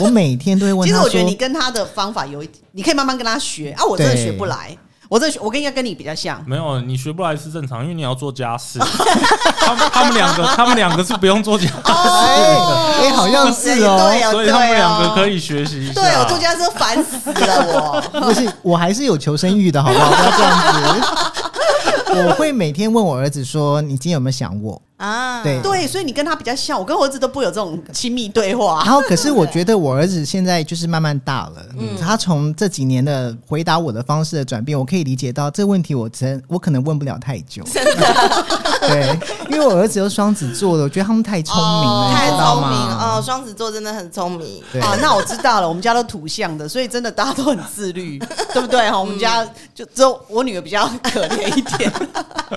[SPEAKER 1] 我每天都会问
[SPEAKER 4] 其实
[SPEAKER 1] 他
[SPEAKER 4] 我
[SPEAKER 1] 说，
[SPEAKER 4] 觉得你跟他的方法有一，你可以慢慢跟他学啊。我真的
[SPEAKER 1] 对
[SPEAKER 4] 学不来，我这我跟应该跟你比较像。
[SPEAKER 2] 没有，你学不来是正常，因为你要做家
[SPEAKER 4] [laughs]
[SPEAKER 2] 事。他们他们两个，他们两个是不用做家事，哦
[SPEAKER 1] 哎哎好像是哦
[SPEAKER 4] 对哦，
[SPEAKER 2] 所以他们
[SPEAKER 4] 对哦
[SPEAKER 2] 两个可以学习一
[SPEAKER 1] 啊
[SPEAKER 2] 下。
[SPEAKER 4] 对我做家事烦死了我。
[SPEAKER 1] [laughs] 不是，我还是有求生欲的，好不
[SPEAKER 3] [laughs]
[SPEAKER 1] 好？不要这样子。我会每天问我儿子说：“你今天有没有想我
[SPEAKER 3] 啊，
[SPEAKER 1] 对
[SPEAKER 4] 对，所以你跟他比较像，我跟我儿子都不会有这种亲密对？”话
[SPEAKER 3] 啊
[SPEAKER 1] 然。后，可是我觉得我儿子现在就是慢慢大了，
[SPEAKER 3] 嗯
[SPEAKER 1] 他从这几年的回答我的方式的转变，我可以理解到这问题，我真我可能问不了太
[SPEAKER 3] [laughs]
[SPEAKER 1] 久。真的，对，因为我儿子有双子座的，我觉得他们太聪明了，你
[SPEAKER 3] 太
[SPEAKER 1] 知道
[SPEAKER 3] 聪明
[SPEAKER 1] 吗？
[SPEAKER 3] 了哦，双子座真的很聪明。
[SPEAKER 1] 对
[SPEAKER 4] 啊，那我知道了，我们家都土象的，所以真的大家都很自律，对不对？哈，我们家
[SPEAKER 1] 嗯
[SPEAKER 4] 就只有我女儿比较可怜一点， [laughs]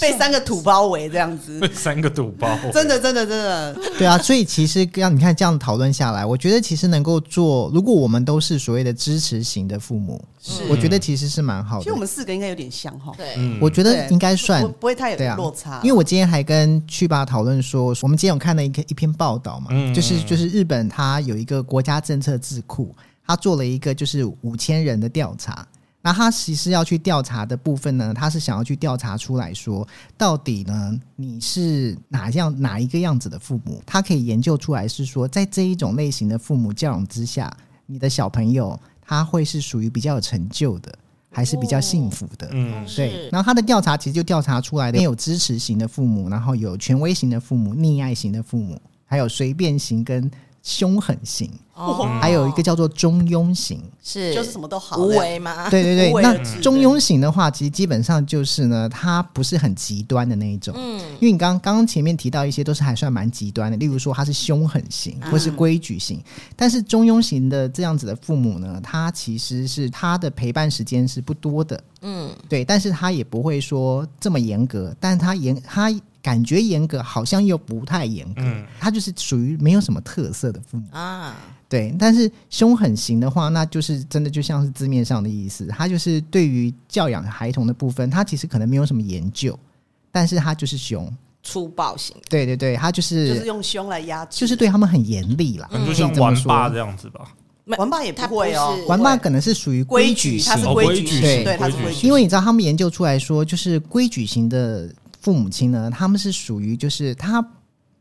[SPEAKER 4] 被三个土包围这样子，
[SPEAKER 2] 三个赌包，
[SPEAKER 4] 真的，真的，真的，
[SPEAKER 1] 对啊，所以其实让你看这样讨论下来，我觉得其实能够做，如果我们都是所谓的支持型的父母，我觉得其实是蛮好
[SPEAKER 4] 其
[SPEAKER 1] 的
[SPEAKER 4] 实我。们四个应该有点像哈，
[SPEAKER 3] 对，
[SPEAKER 2] 嗯
[SPEAKER 1] 我觉得
[SPEAKER 4] 对
[SPEAKER 1] 应该算
[SPEAKER 4] 不不会太
[SPEAKER 1] 对啊
[SPEAKER 4] 有落差，
[SPEAKER 1] 因为我今天还跟去爸讨论说，我们今天有看到一个一篇报道嘛，
[SPEAKER 2] 嗯
[SPEAKER 1] 就是就是日本它有一个国家政策智库，它做了一个就是五千人的调查。那它其实要去调查的部分呢，它是想要去调查出来说，到底呢你是哪样哪一个样子的父母？它可以研究出来是说，在这一种类型的父母教养之下，你的小朋友他会是属于比较有成就的，还是比较幸福的？
[SPEAKER 2] 嗯，
[SPEAKER 1] 对
[SPEAKER 3] 是，
[SPEAKER 1] 然后他的调查其实就调查出来的，有支持型的父母，然后有权威型的父母、溺爱型的父母，还有随便型跟凶狠型，
[SPEAKER 3] 哦
[SPEAKER 1] 还有一个叫做中庸
[SPEAKER 3] [laughs]
[SPEAKER 1] 型。
[SPEAKER 3] 是
[SPEAKER 4] 就是什么都好，
[SPEAKER 3] 无为吗？
[SPEAKER 1] 对对对，
[SPEAKER 4] 无为
[SPEAKER 1] 那
[SPEAKER 4] 而治
[SPEAKER 1] 中庸型的话，其实基本上就是呢，它不是很极端的那一种。
[SPEAKER 3] 嗯，
[SPEAKER 1] 因为你刚刚刚前面提到一些都是还算蛮极端的，例如说他是凶狠型或是规矩型，但是中庸型的这样子的父母呢，他其实是他的陪伴时间是不多的，嗯，对，但是他也不会说这么严格，但他严他感觉严格好像又不太严格，
[SPEAKER 2] 嗯
[SPEAKER 1] 他就是属于没有什么特色的父母。
[SPEAKER 3] 啊，
[SPEAKER 1] 对，但是凶狠型的话，那就是真的就像是字面上的意思，他就是对于教养孩童的部分，他其实可能没有什么研究，但是他就是凶。
[SPEAKER 3] 粗暴型
[SPEAKER 1] 对对对，他就
[SPEAKER 4] 就是嗯
[SPEAKER 1] 是
[SPEAKER 4] 用胸来压制，
[SPEAKER 1] 就是对他们很严厉啦，
[SPEAKER 2] 可能
[SPEAKER 1] 可
[SPEAKER 2] 就
[SPEAKER 1] 以
[SPEAKER 2] 像
[SPEAKER 1] 这么
[SPEAKER 2] 玩
[SPEAKER 1] 说。
[SPEAKER 2] 爸这样子吧。
[SPEAKER 4] 玩爸也不会哦
[SPEAKER 3] 他不是
[SPEAKER 1] 玩爸可能是属于
[SPEAKER 4] 规矩
[SPEAKER 1] 矩
[SPEAKER 4] 他
[SPEAKER 1] 型
[SPEAKER 4] 是
[SPEAKER 2] 哦
[SPEAKER 4] 规
[SPEAKER 2] 规
[SPEAKER 4] 矩
[SPEAKER 2] 矩
[SPEAKER 4] 型，
[SPEAKER 1] 型
[SPEAKER 4] 对，他是
[SPEAKER 2] 规矩
[SPEAKER 4] 规矩
[SPEAKER 2] 型
[SPEAKER 4] 型，
[SPEAKER 1] 因为你知道他们研究出来说，就是规矩型的父母亲呢，他们是属于就是他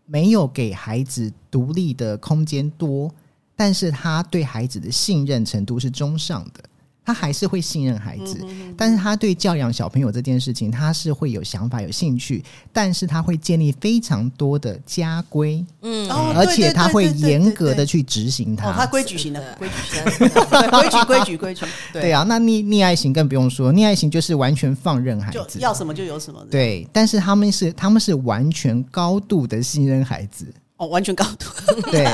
[SPEAKER 1] 没有给孩子独立的空间多，但是他对孩子的信任程度是中上的。他还是会信任孩
[SPEAKER 4] 嗯
[SPEAKER 1] 子，但是他对教养小朋友这件事情，他是会有想法、有兴趣，但是他会建立非常多的家规，
[SPEAKER 3] 嗯
[SPEAKER 4] 哦
[SPEAKER 1] 而
[SPEAKER 4] 对
[SPEAKER 1] 且
[SPEAKER 4] 对
[SPEAKER 1] 他
[SPEAKER 4] 对
[SPEAKER 1] 会
[SPEAKER 4] 对对
[SPEAKER 1] 严格
[SPEAKER 4] 对
[SPEAKER 1] 的去执行它。
[SPEAKER 4] 哦，他规矩 [laughs] 型的，
[SPEAKER 3] 规矩型，
[SPEAKER 4] 对规矩规矩规矩，
[SPEAKER 1] 对啊，那溺溺爱型更不用说，溺爱型就是完全放任孩
[SPEAKER 4] 就
[SPEAKER 1] 子，
[SPEAKER 4] 要什么就有什么，，
[SPEAKER 1] 对，但是他们是他们是完全高度的信任孩子，
[SPEAKER 4] 哦，完全高度， [laughs]
[SPEAKER 1] 对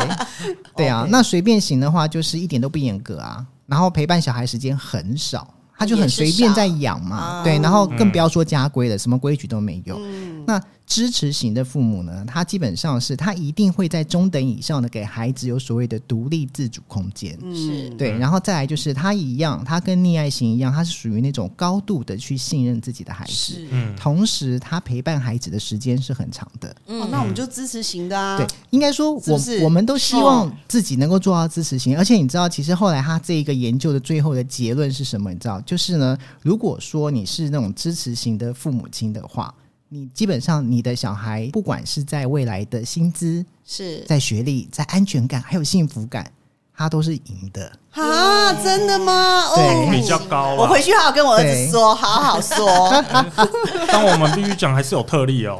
[SPEAKER 1] 对啊
[SPEAKER 4] OK
[SPEAKER 1] 那随便型的话就是一点都不严格啊，然后陪伴小孩时间很少。他就很随便在养
[SPEAKER 4] 啊
[SPEAKER 1] 嘛，对，然后更不要说家规了，什么规矩都没有。
[SPEAKER 4] 嗯
[SPEAKER 1] 那支持型的父母呢，他基本上是他一定会在中等以上的给孩子有所谓的独立自主空间，
[SPEAKER 4] 嗯
[SPEAKER 3] 是
[SPEAKER 1] 嗯对，然后再来就是他一样，他跟溺爱型一样，他是属于那种高度的去信任自己的孩子，
[SPEAKER 4] 是。
[SPEAKER 2] 嗯，
[SPEAKER 1] 同时他陪伴孩子的时间是很长的。
[SPEAKER 3] 嗯
[SPEAKER 4] 哦，
[SPEAKER 2] 嗯
[SPEAKER 4] 那我们就支持型的啊，
[SPEAKER 1] 对，应该说我
[SPEAKER 4] 是不是
[SPEAKER 1] 我们都希望
[SPEAKER 4] 哦
[SPEAKER 1] 自己能够做到支持型，而且你知道，其实后来他这一个研究的最后的结论是什么？你知道，就是呢，如果说你是那种支持型的父母亲的话。你基本上，你的小孩不管是在未来的薪资、
[SPEAKER 3] 是
[SPEAKER 1] 在学历、在安全感，还有幸福感，他都是赢的。
[SPEAKER 4] 啊，真的吗？
[SPEAKER 1] 对
[SPEAKER 2] 比较高啊
[SPEAKER 4] 我回
[SPEAKER 2] 了。
[SPEAKER 4] 去好好跟我儿子说，好
[SPEAKER 1] [laughs]
[SPEAKER 4] 好说，
[SPEAKER 2] 但我们必须讲，还是有特例哦。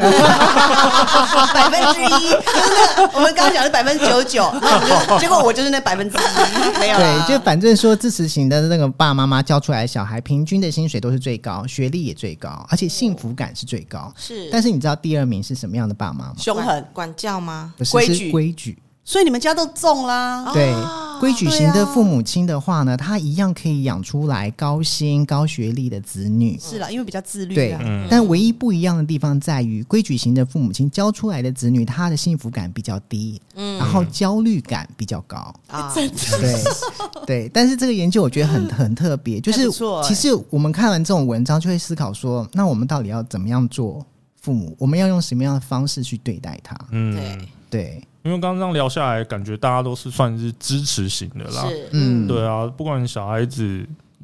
[SPEAKER 4] 百分之一，就是那个我们刚刚讲的百分之九九，然后我就结果我就是那百分之一，没有啦
[SPEAKER 3] 呃
[SPEAKER 1] 对，就反正说支持型的那个爸爸妈妈教出来的小孩，平均的薪水都是最高，学历也最高，而且幸福感是最高。
[SPEAKER 3] 是，
[SPEAKER 1] 但是你知道第二名是什么样的爸妈吗？
[SPEAKER 4] 凶
[SPEAKER 3] 管
[SPEAKER 4] 狠，
[SPEAKER 3] 管教吗？
[SPEAKER 1] 不是
[SPEAKER 4] 规矩
[SPEAKER 1] 是规矩，
[SPEAKER 4] 所以你们家都中啦。
[SPEAKER 1] 对
[SPEAKER 3] 啊
[SPEAKER 1] 规矩型的父母亲的话呢，他一样可以养出来高薪高学历的子女。
[SPEAKER 4] 是啦，因为比较自律
[SPEAKER 1] 对
[SPEAKER 4] 啊，，
[SPEAKER 2] 嗯
[SPEAKER 1] 但唯一不一样的地方在于，规矩型的父母亲教出来的子女，他的幸福感比较低，然后焦虑感比较高。
[SPEAKER 4] [laughs]
[SPEAKER 3] 啊，
[SPEAKER 1] 对对，但是这个研究我觉得很很特别，就
[SPEAKER 4] 嗯还
[SPEAKER 1] 是
[SPEAKER 4] 不错欸
[SPEAKER 1] 其实我们看完这种文章，就会思考说，那我们到底要怎么样做父母？我们要用什么样的方式去对待他？
[SPEAKER 2] 嗯
[SPEAKER 3] 对，
[SPEAKER 1] 对，
[SPEAKER 2] 因为刚刚这样聊下来，感觉大家都是算是支持型的啦。
[SPEAKER 3] 是，
[SPEAKER 1] 嗯，
[SPEAKER 2] 对啊，不管小孩子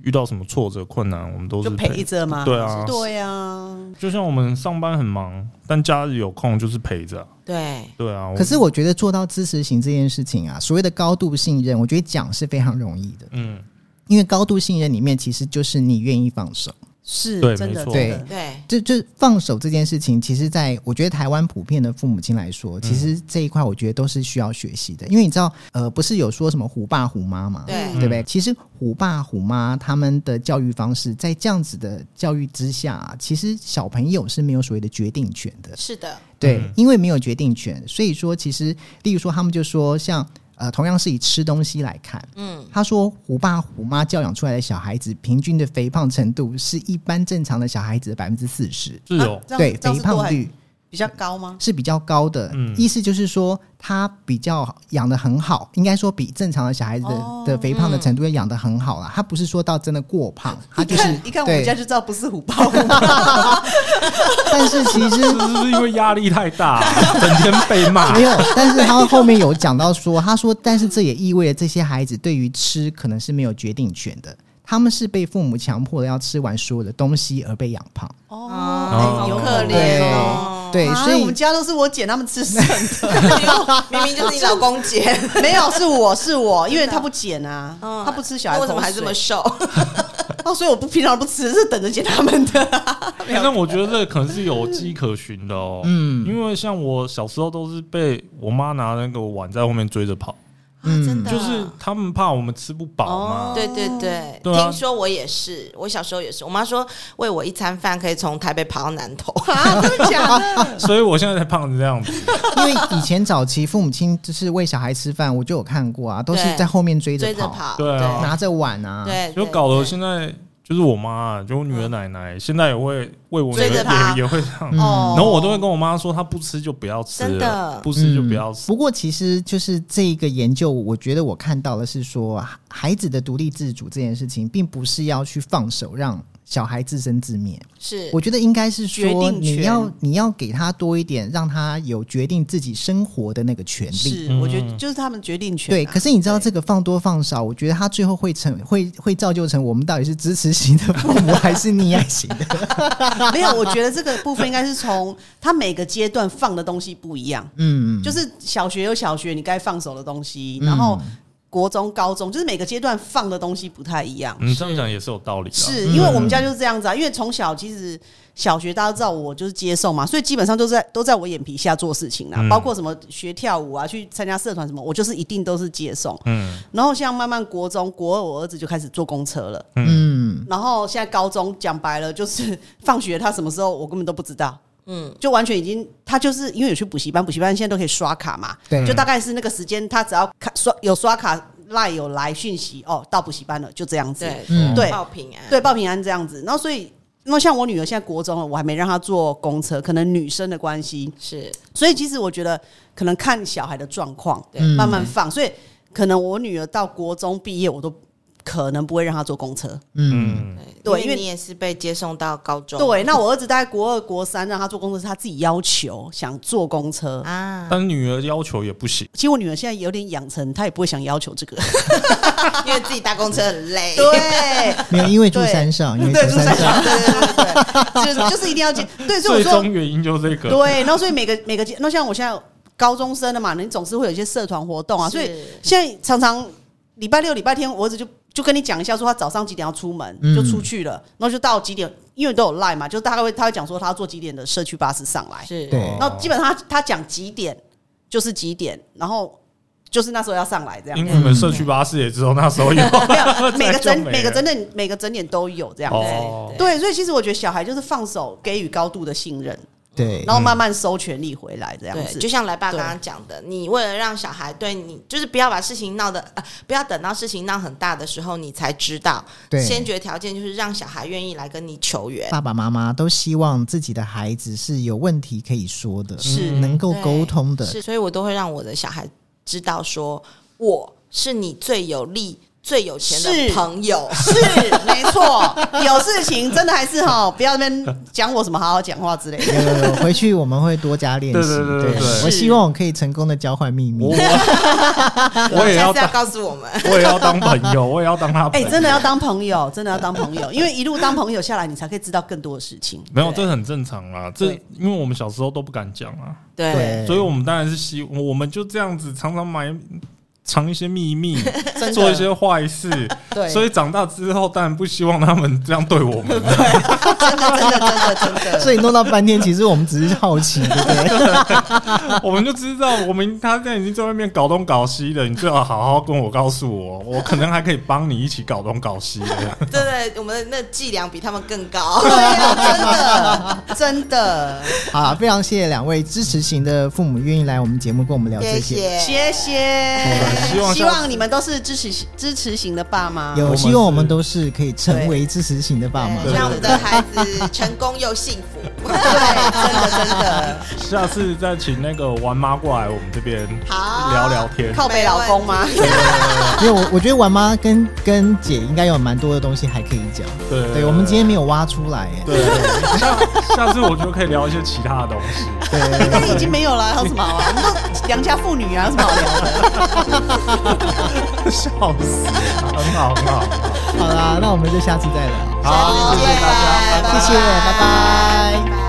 [SPEAKER 2] 遇到什么挫折困难，我们都是
[SPEAKER 4] 就陪着嘛。
[SPEAKER 2] 对啊，
[SPEAKER 4] 对呀，
[SPEAKER 2] 就像我们上班很忙，但假日有空就是陪着啊。
[SPEAKER 3] 对，
[SPEAKER 2] 对啊，我
[SPEAKER 1] 可是我觉得做到支持型这件事情啊，所谓的高度信任，我觉得讲是非常容易的，
[SPEAKER 2] 嗯，
[SPEAKER 1] 因为高度信任里面其实就是你愿意放手。
[SPEAKER 4] 是
[SPEAKER 2] 对
[SPEAKER 4] 真的，
[SPEAKER 2] 没错
[SPEAKER 4] 真的
[SPEAKER 3] 对，
[SPEAKER 1] 就就放手这件事情，其实在我觉得台湾普遍的父母亲来说，其
[SPEAKER 2] 嗯
[SPEAKER 1] 实这一块我觉得都是需要学习的，因为你知道，呃，不是有说什么虎爸虎妈嘛，
[SPEAKER 3] 对
[SPEAKER 4] 嗯
[SPEAKER 2] 嗯
[SPEAKER 1] 对不对？其实虎爸虎妈他们的教育方式，在这样子的教育之下、其实小朋友是没有所谓的决定权的，
[SPEAKER 3] 是的，
[SPEAKER 1] 对，
[SPEAKER 2] 嗯
[SPEAKER 1] 因为没有决定权，所以说其实，例如说他们就说像。呃，同样是以吃东西来看，
[SPEAKER 3] 嗯，
[SPEAKER 1] 他说虎爸虎妈教养出来的小孩子，平均的肥胖程度是一般正常的小孩子的百分之四十。
[SPEAKER 2] 是有
[SPEAKER 4] 啊这样
[SPEAKER 1] 对，
[SPEAKER 4] 这样
[SPEAKER 1] 肥
[SPEAKER 4] 是多
[SPEAKER 1] 胖
[SPEAKER 4] 还
[SPEAKER 1] 率
[SPEAKER 4] 比较高吗？
[SPEAKER 1] 是比较高的，
[SPEAKER 2] 嗯
[SPEAKER 1] 意思就是说他比较养的很好，应该说比正常的小孩子的、
[SPEAKER 4] 哦
[SPEAKER 1] 的肥胖的程度要养的很好啦。他不是说到真的过胖，他啊
[SPEAKER 4] [laughs] 一
[SPEAKER 1] 就是
[SPEAKER 4] 看一看我们家
[SPEAKER 1] 对，
[SPEAKER 4] 就知道不是
[SPEAKER 1] [laughs]
[SPEAKER 4] 虎豹虎妈，
[SPEAKER 1] 但是其实
[SPEAKER 2] 是不是因为压力太大，整天被骂
[SPEAKER 1] 没？有，
[SPEAKER 4] [laughs]
[SPEAKER 1] 但是他后面有讲到说，他说，但是这也意味着这些孩子对于吃可能是没有决定权的。他们是被父母强迫的要吃完所有的东西而被养胖，
[SPEAKER 2] 哦
[SPEAKER 4] 哎
[SPEAKER 3] 好
[SPEAKER 4] 有
[SPEAKER 3] 可
[SPEAKER 4] 可
[SPEAKER 3] 怜
[SPEAKER 4] 怜
[SPEAKER 1] 对
[SPEAKER 4] 哦。
[SPEAKER 3] 哦，
[SPEAKER 1] 对，
[SPEAKER 4] 啊
[SPEAKER 1] 所以
[SPEAKER 4] 我们家都是我姐他们吃剩的， [laughs]
[SPEAKER 3] 明明就是你老公姐，
[SPEAKER 4] 没有是我是我，因为他不捡
[SPEAKER 3] [laughs]
[SPEAKER 4] 啊，
[SPEAKER 3] 嗯
[SPEAKER 4] 他不吃小
[SPEAKER 3] 那
[SPEAKER 4] 孩
[SPEAKER 3] 为什么
[SPEAKER 4] 口
[SPEAKER 3] 还这么
[SPEAKER 4] 水
[SPEAKER 3] 瘦？
[SPEAKER 4] 哦，所以我不平常不吃，是等着捡他们的。
[SPEAKER 2] 但我觉得这可能是有迹可循的哦。嗯，因为像我小时候都是被我妈拿那个碗在后面追着跑，
[SPEAKER 4] [laughs]
[SPEAKER 1] 嗯
[SPEAKER 4] 啊
[SPEAKER 3] 真的，
[SPEAKER 2] 就是他们怕我们吃不饱嘛。
[SPEAKER 4] 哦
[SPEAKER 3] 对对对，
[SPEAKER 2] 对啊
[SPEAKER 3] 听说我也是，我小时候也是，我妈说喂我一餐饭可以从台北跑到南投，
[SPEAKER 4] 啊，真的假 [laughs] 的？
[SPEAKER 2] 所以我现在才胖成这样子。
[SPEAKER 1] 因为以前早期父母亲就是喂小孩吃饭，我就有看过啊，都是
[SPEAKER 3] 对
[SPEAKER 1] 在后面追着
[SPEAKER 3] 追着
[SPEAKER 1] 跑，
[SPEAKER 3] 跑，
[SPEAKER 2] 对啊
[SPEAKER 1] 拿着碗啊，
[SPEAKER 3] 对，
[SPEAKER 2] 就
[SPEAKER 3] 对
[SPEAKER 2] 搞得我
[SPEAKER 3] 对
[SPEAKER 2] 现在就是我妈，就我女儿奶奶，现在也会喂我女
[SPEAKER 3] 追着
[SPEAKER 2] 儿，
[SPEAKER 3] 她
[SPEAKER 2] 也也会这样。
[SPEAKER 1] 嗯
[SPEAKER 4] 哦
[SPEAKER 2] 然后我都会跟我妈说，她不吃就不要吃
[SPEAKER 3] 真
[SPEAKER 2] 了
[SPEAKER 3] 的，
[SPEAKER 2] 不吃就不要吃。
[SPEAKER 1] 嗯不过，其实就是这一个研究，我觉得我看到的是说，孩孩子的独立自主这件事情，并不是要去放手让小孩自生自灭。
[SPEAKER 3] 是
[SPEAKER 1] 我觉得应该是
[SPEAKER 4] 呃决
[SPEAKER 1] 说，
[SPEAKER 4] 定权
[SPEAKER 1] 你要你要给他多一点，让他有决定自己生活的那个权利。
[SPEAKER 4] 是，我觉得就是他们决定权啊。
[SPEAKER 1] 对，可是你知道
[SPEAKER 4] 对
[SPEAKER 1] 这个放多放少，我觉得他最后会成会会造就成我们到底是支持型的父
[SPEAKER 4] [laughs]
[SPEAKER 1] 母还是溺爱型的？
[SPEAKER 4] [laughs] 没有？我觉得这个部分应该是从他每个阶段放的东西不一样，
[SPEAKER 1] 嗯，
[SPEAKER 4] 就是小学有小学你该放手的东西，然后国中、高中就是每个阶段放的东西不太一样。
[SPEAKER 2] 你嗯这样讲也是有道理的。啊
[SPEAKER 4] 是因为我们家就是这样子啊，因为从小其实小学大家都知道我就是接送嘛，所以基本上都在都在我眼皮下做事情啦，
[SPEAKER 2] 嗯
[SPEAKER 4] 包括什么学跳舞啊、去参加社团什么，我就是一定都是接送。
[SPEAKER 2] 嗯
[SPEAKER 4] 然后像慢慢国中、国二，我儿子就开始坐公车了。
[SPEAKER 2] 嗯，
[SPEAKER 1] 嗯，
[SPEAKER 4] 然后现在高中讲白了就是放学他什么时候我根本都不知道，嗯，就完全已经他就是因为有去补习班，补习班现在都可以刷卡嘛，
[SPEAKER 1] 对
[SPEAKER 2] 嗯
[SPEAKER 4] 就大概是那个时间他只要看刷有刷卡赖有来讯息哦，到补习班了就这样子，
[SPEAKER 3] 对
[SPEAKER 1] 嗯
[SPEAKER 4] 对
[SPEAKER 3] 报平安，
[SPEAKER 4] 对，报平安这样子。然后所以那像我女儿现在国中了，我还没让她坐公车，可能女生的关系，
[SPEAKER 3] 是
[SPEAKER 4] 所以其实我觉得可能看小孩的状况，
[SPEAKER 3] 对
[SPEAKER 1] 嗯
[SPEAKER 4] 慢慢放。所以可能我女儿到国中毕业，我都可能不会让她坐公车。
[SPEAKER 1] 嗯
[SPEAKER 2] 嗯，
[SPEAKER 4] 对
[SPEAKER 3] 对，因
[SPEAKER 4] 因为
[SPEAKER 3] 为你也是被接送到高中，啊
[SPEAKER 4] 对，那我儿子大概国二、国三让他坐公车，是他自己要求想坐公车。
[SPEAKER 3] [laughs]
[SPEAKER 4] [laughs]
[SPEAKER 3] 啊，
[SPEAKER 2] 但女儿要求也不行。
[SPEAKER 4] 其实我女儿现在有点养成，她也不会想要求这个。
[SPEAKER 3] 因为自己搭公车很累，
[SPEAKER 4] 对，
[SPEAKER 1] 没有，因为住
[SPEAKER 4] 对
[SPEAKER 1] 山上，因为
[SPEAKER 4] [laughs] 对，
[SPEAKER 1] 住
[SPEAKER 4] 住
[SPEAKER 1] 山
[SPEAKER 4] 山
[SPEAKER 1] 上，
[SPEAKER 4] 上，对对对对，就是就是一定要接。对，所以
[SPEAKER 2] 最
[SPEAKER 4] 我说
[SPEAKER 2] 终原因就是这个。
[SPEAKER 4] 对，然后所以每个每个阶，那像我现在高中生了嘛，你总是会有一些社团活动啊，所以
[SPEAKER 3] 是
[SPEAKER 4] 现在常常礼拜六、礼拜天，我儿子就就跟你讲一下，说他早上几点要出门，
[SPEAKER 1] 嗯
[SPEAKER 4] 就出去了，然后就到几点，因为都有 line 嘛，就大概会他会讲说他要坐几点的社区巴士上来，
[SPEAKER 3] 是
[SPEAKER 1] 对
[SPEAKER 2] 哦
[SPEAKER 4] 然后基本上他他讲几点就是几点，然后就是那时候要上来这样
[SPEAKER 2] 因
[SPEAKER 4] 子。
[SPEAKER 2] 为我们社区巴士也只有那时候有，
[SPEAKER 4] 没有
[SPEAKER 2] [laughs]
[SPEAKER 4] 每个整
[SPEAKER 2] 没了
[SPEAKER 4] 每个整点每个整点都有这样子。
[SPEAKER 2] 哦
[SPEAKER 3] 对
[SPEAKER 4] 对，所以其实我觉得小孩就是放手，给予高度的信任，
[SPEAKER 2] 嗯
[SPEAKER 1] 对
[SPEAKER 4] 然后慢慢收权力回来这样
[SPEAKER 3] 对，
[SPEAKER 4] 子。
[SPEAKER 3] 就像来爸
[SPEAKER 4] 对
[SPEAKER 3] 刚刚讲的，你为了让小孩对你，就是不要把事情闹得，呃，不要等到事情闹很大的时候你才知道。
[SPEAKER 1] 对，
[SPEAKER 3] 先决条件就是让小孩愿意来跟你求援。
[SPEAKER 1] 爸爸妈妈都希望自己的孩子是有问题可以说的，
[SPEAKER 4] 是
[SPEAKER 1] 能够沟通的，
[SPEAKER 3] 是，所以我都会让我的小孩知道说，我是你最有力、最有钱
[SPEAKER 4] 是
[SPEAKER 3] 的朋
[SPEAKER 4] [laughs]
[SPEAKER 3] 友。
[SPEAKER 4] 是没错，有事情真的还是哈，不要在那边讲我什么好好讲话之类的。
[SPEAKER 1] 有有有，回去我们会多加练习。
[SPEAKER 2] 对对对对
[SPEAKER 3] 对
[SPEAKER 1] 我
[SPEAKER 3] 是
[SPEAKER 1] 希望我可以成功的交换秘密
[SPEAKER 2] 我。我我 [laughs] 也
[SPEAKER 3] 下
[SPEAKER 2] 要
[SPEAKER 3] 次要
[SPEAKER 4] [laughs]
[SPEAKER 2] 当，
[SPEAKER 3] 告诉我们，
[SPEAKER 2] 我也要当朋友，我也要当他朋
[SPEAKER 4] 哎、
[SPEAKER 2] 友。
[SPEAKER 4] 真的要当朋 [laughs] 友，真的要当朋友，因为一路当朋友下来，你才可以知道更多的事情。
[SPEAKER 2] 没有，
[SPEAKER 4] 对
[SPEAKER 2] 这很正常啦。这
[SPEAKER 4] 对
[SPEAKER 2] 因为我们小时候都不敢讲啊，
[SPEAKER 3] 对，
[SPEAKER 1] 对，
[SPEAKER 2] 所以我们当然是希，我们就这样子常常埋藏一些秘密，
[SPEAKER 4] [laughs] 真的
[SPEAKER 2] 做一些坏事。
[SPEAKER 4] [laughs] 对，
[SPEAKER 2] 所以长大之后，当然不希望他们这样对我们。
[SPEAKER 4] 真的真的真的真 [laughs] 的，
[SPEAKER 1] 所以弄到半天，其实我们只是好奇，对不对？
[SPEAKER 2] 我们就知道，我们他现在已经在外面搞东搞西的，你最好好好跟我告诉我，我可能还可以帮你一起搞东搞西的。
[SPEAKER 3] 对对，我们的那伎俩比他们更
[SPEAKER 2] [laughs]
[SPEAKER 3] 高。
[SPEAKER 4] 对啊，真的真的，
[SPEAKER 1] 好啦，非常谢谢两位支持型的父母愿意来我们节目跟我们聊这
[SPEAKER 3] 谢
[SPEAKER 1] 些。
[SPEAKER 3] 谢，
[SPEAKER 4] 谢
[SPEAKER 2] 希望下
[SPEAKER 4] 谢，希望你们都是支持支持型的爸妈。
[SPEAKER 1] 有
[SPEAKER 2] 我们
[SPEAKER 1] 希望我们
[SPEAKER 2] 是
[SPEAKER 1] 都是可以成为支持型的爸妈
[SPEAKER 3] 对。让我们的孩子成功又幸
[SPEAKER 2] [laughs]
[SPEAKER 3] 福。
[SPEAKER 4] 对，真的真的，
[SPEAKER 2] 下次再请那个玩妈过来我们这边
[SPEAKER 3] 好
[SPEAKER 2] 聊聊天。
[SPEAKER 4] 靠北老公吗？
[SPEAKER 1] 因为我我觉得玩妈跟跟姐应该有蛮多的东西还可以讲。
[SPEAKER 2] 对对
[SPEAKER 1] 对，我们今天没有挖出来耶。
[SPEAKER 2] 对，下下次我就可以聊一些其他的东西。
[SPEAKER 1] 对，
[SPEAKER 4] 但已经没有了，还有什么好啊？我们都良家妇女啊，有什么好聊的？
[SPEAKER 2] 笑死，很好很好，很
[SPEAKER 1] 好啦，那我们就下次再聊。
[SPEAKER 2] 好，好谢谢大家，拜拜
[SPEAKER 1] 谢谢，拜拜
[SPEAKER 3] 拜拜。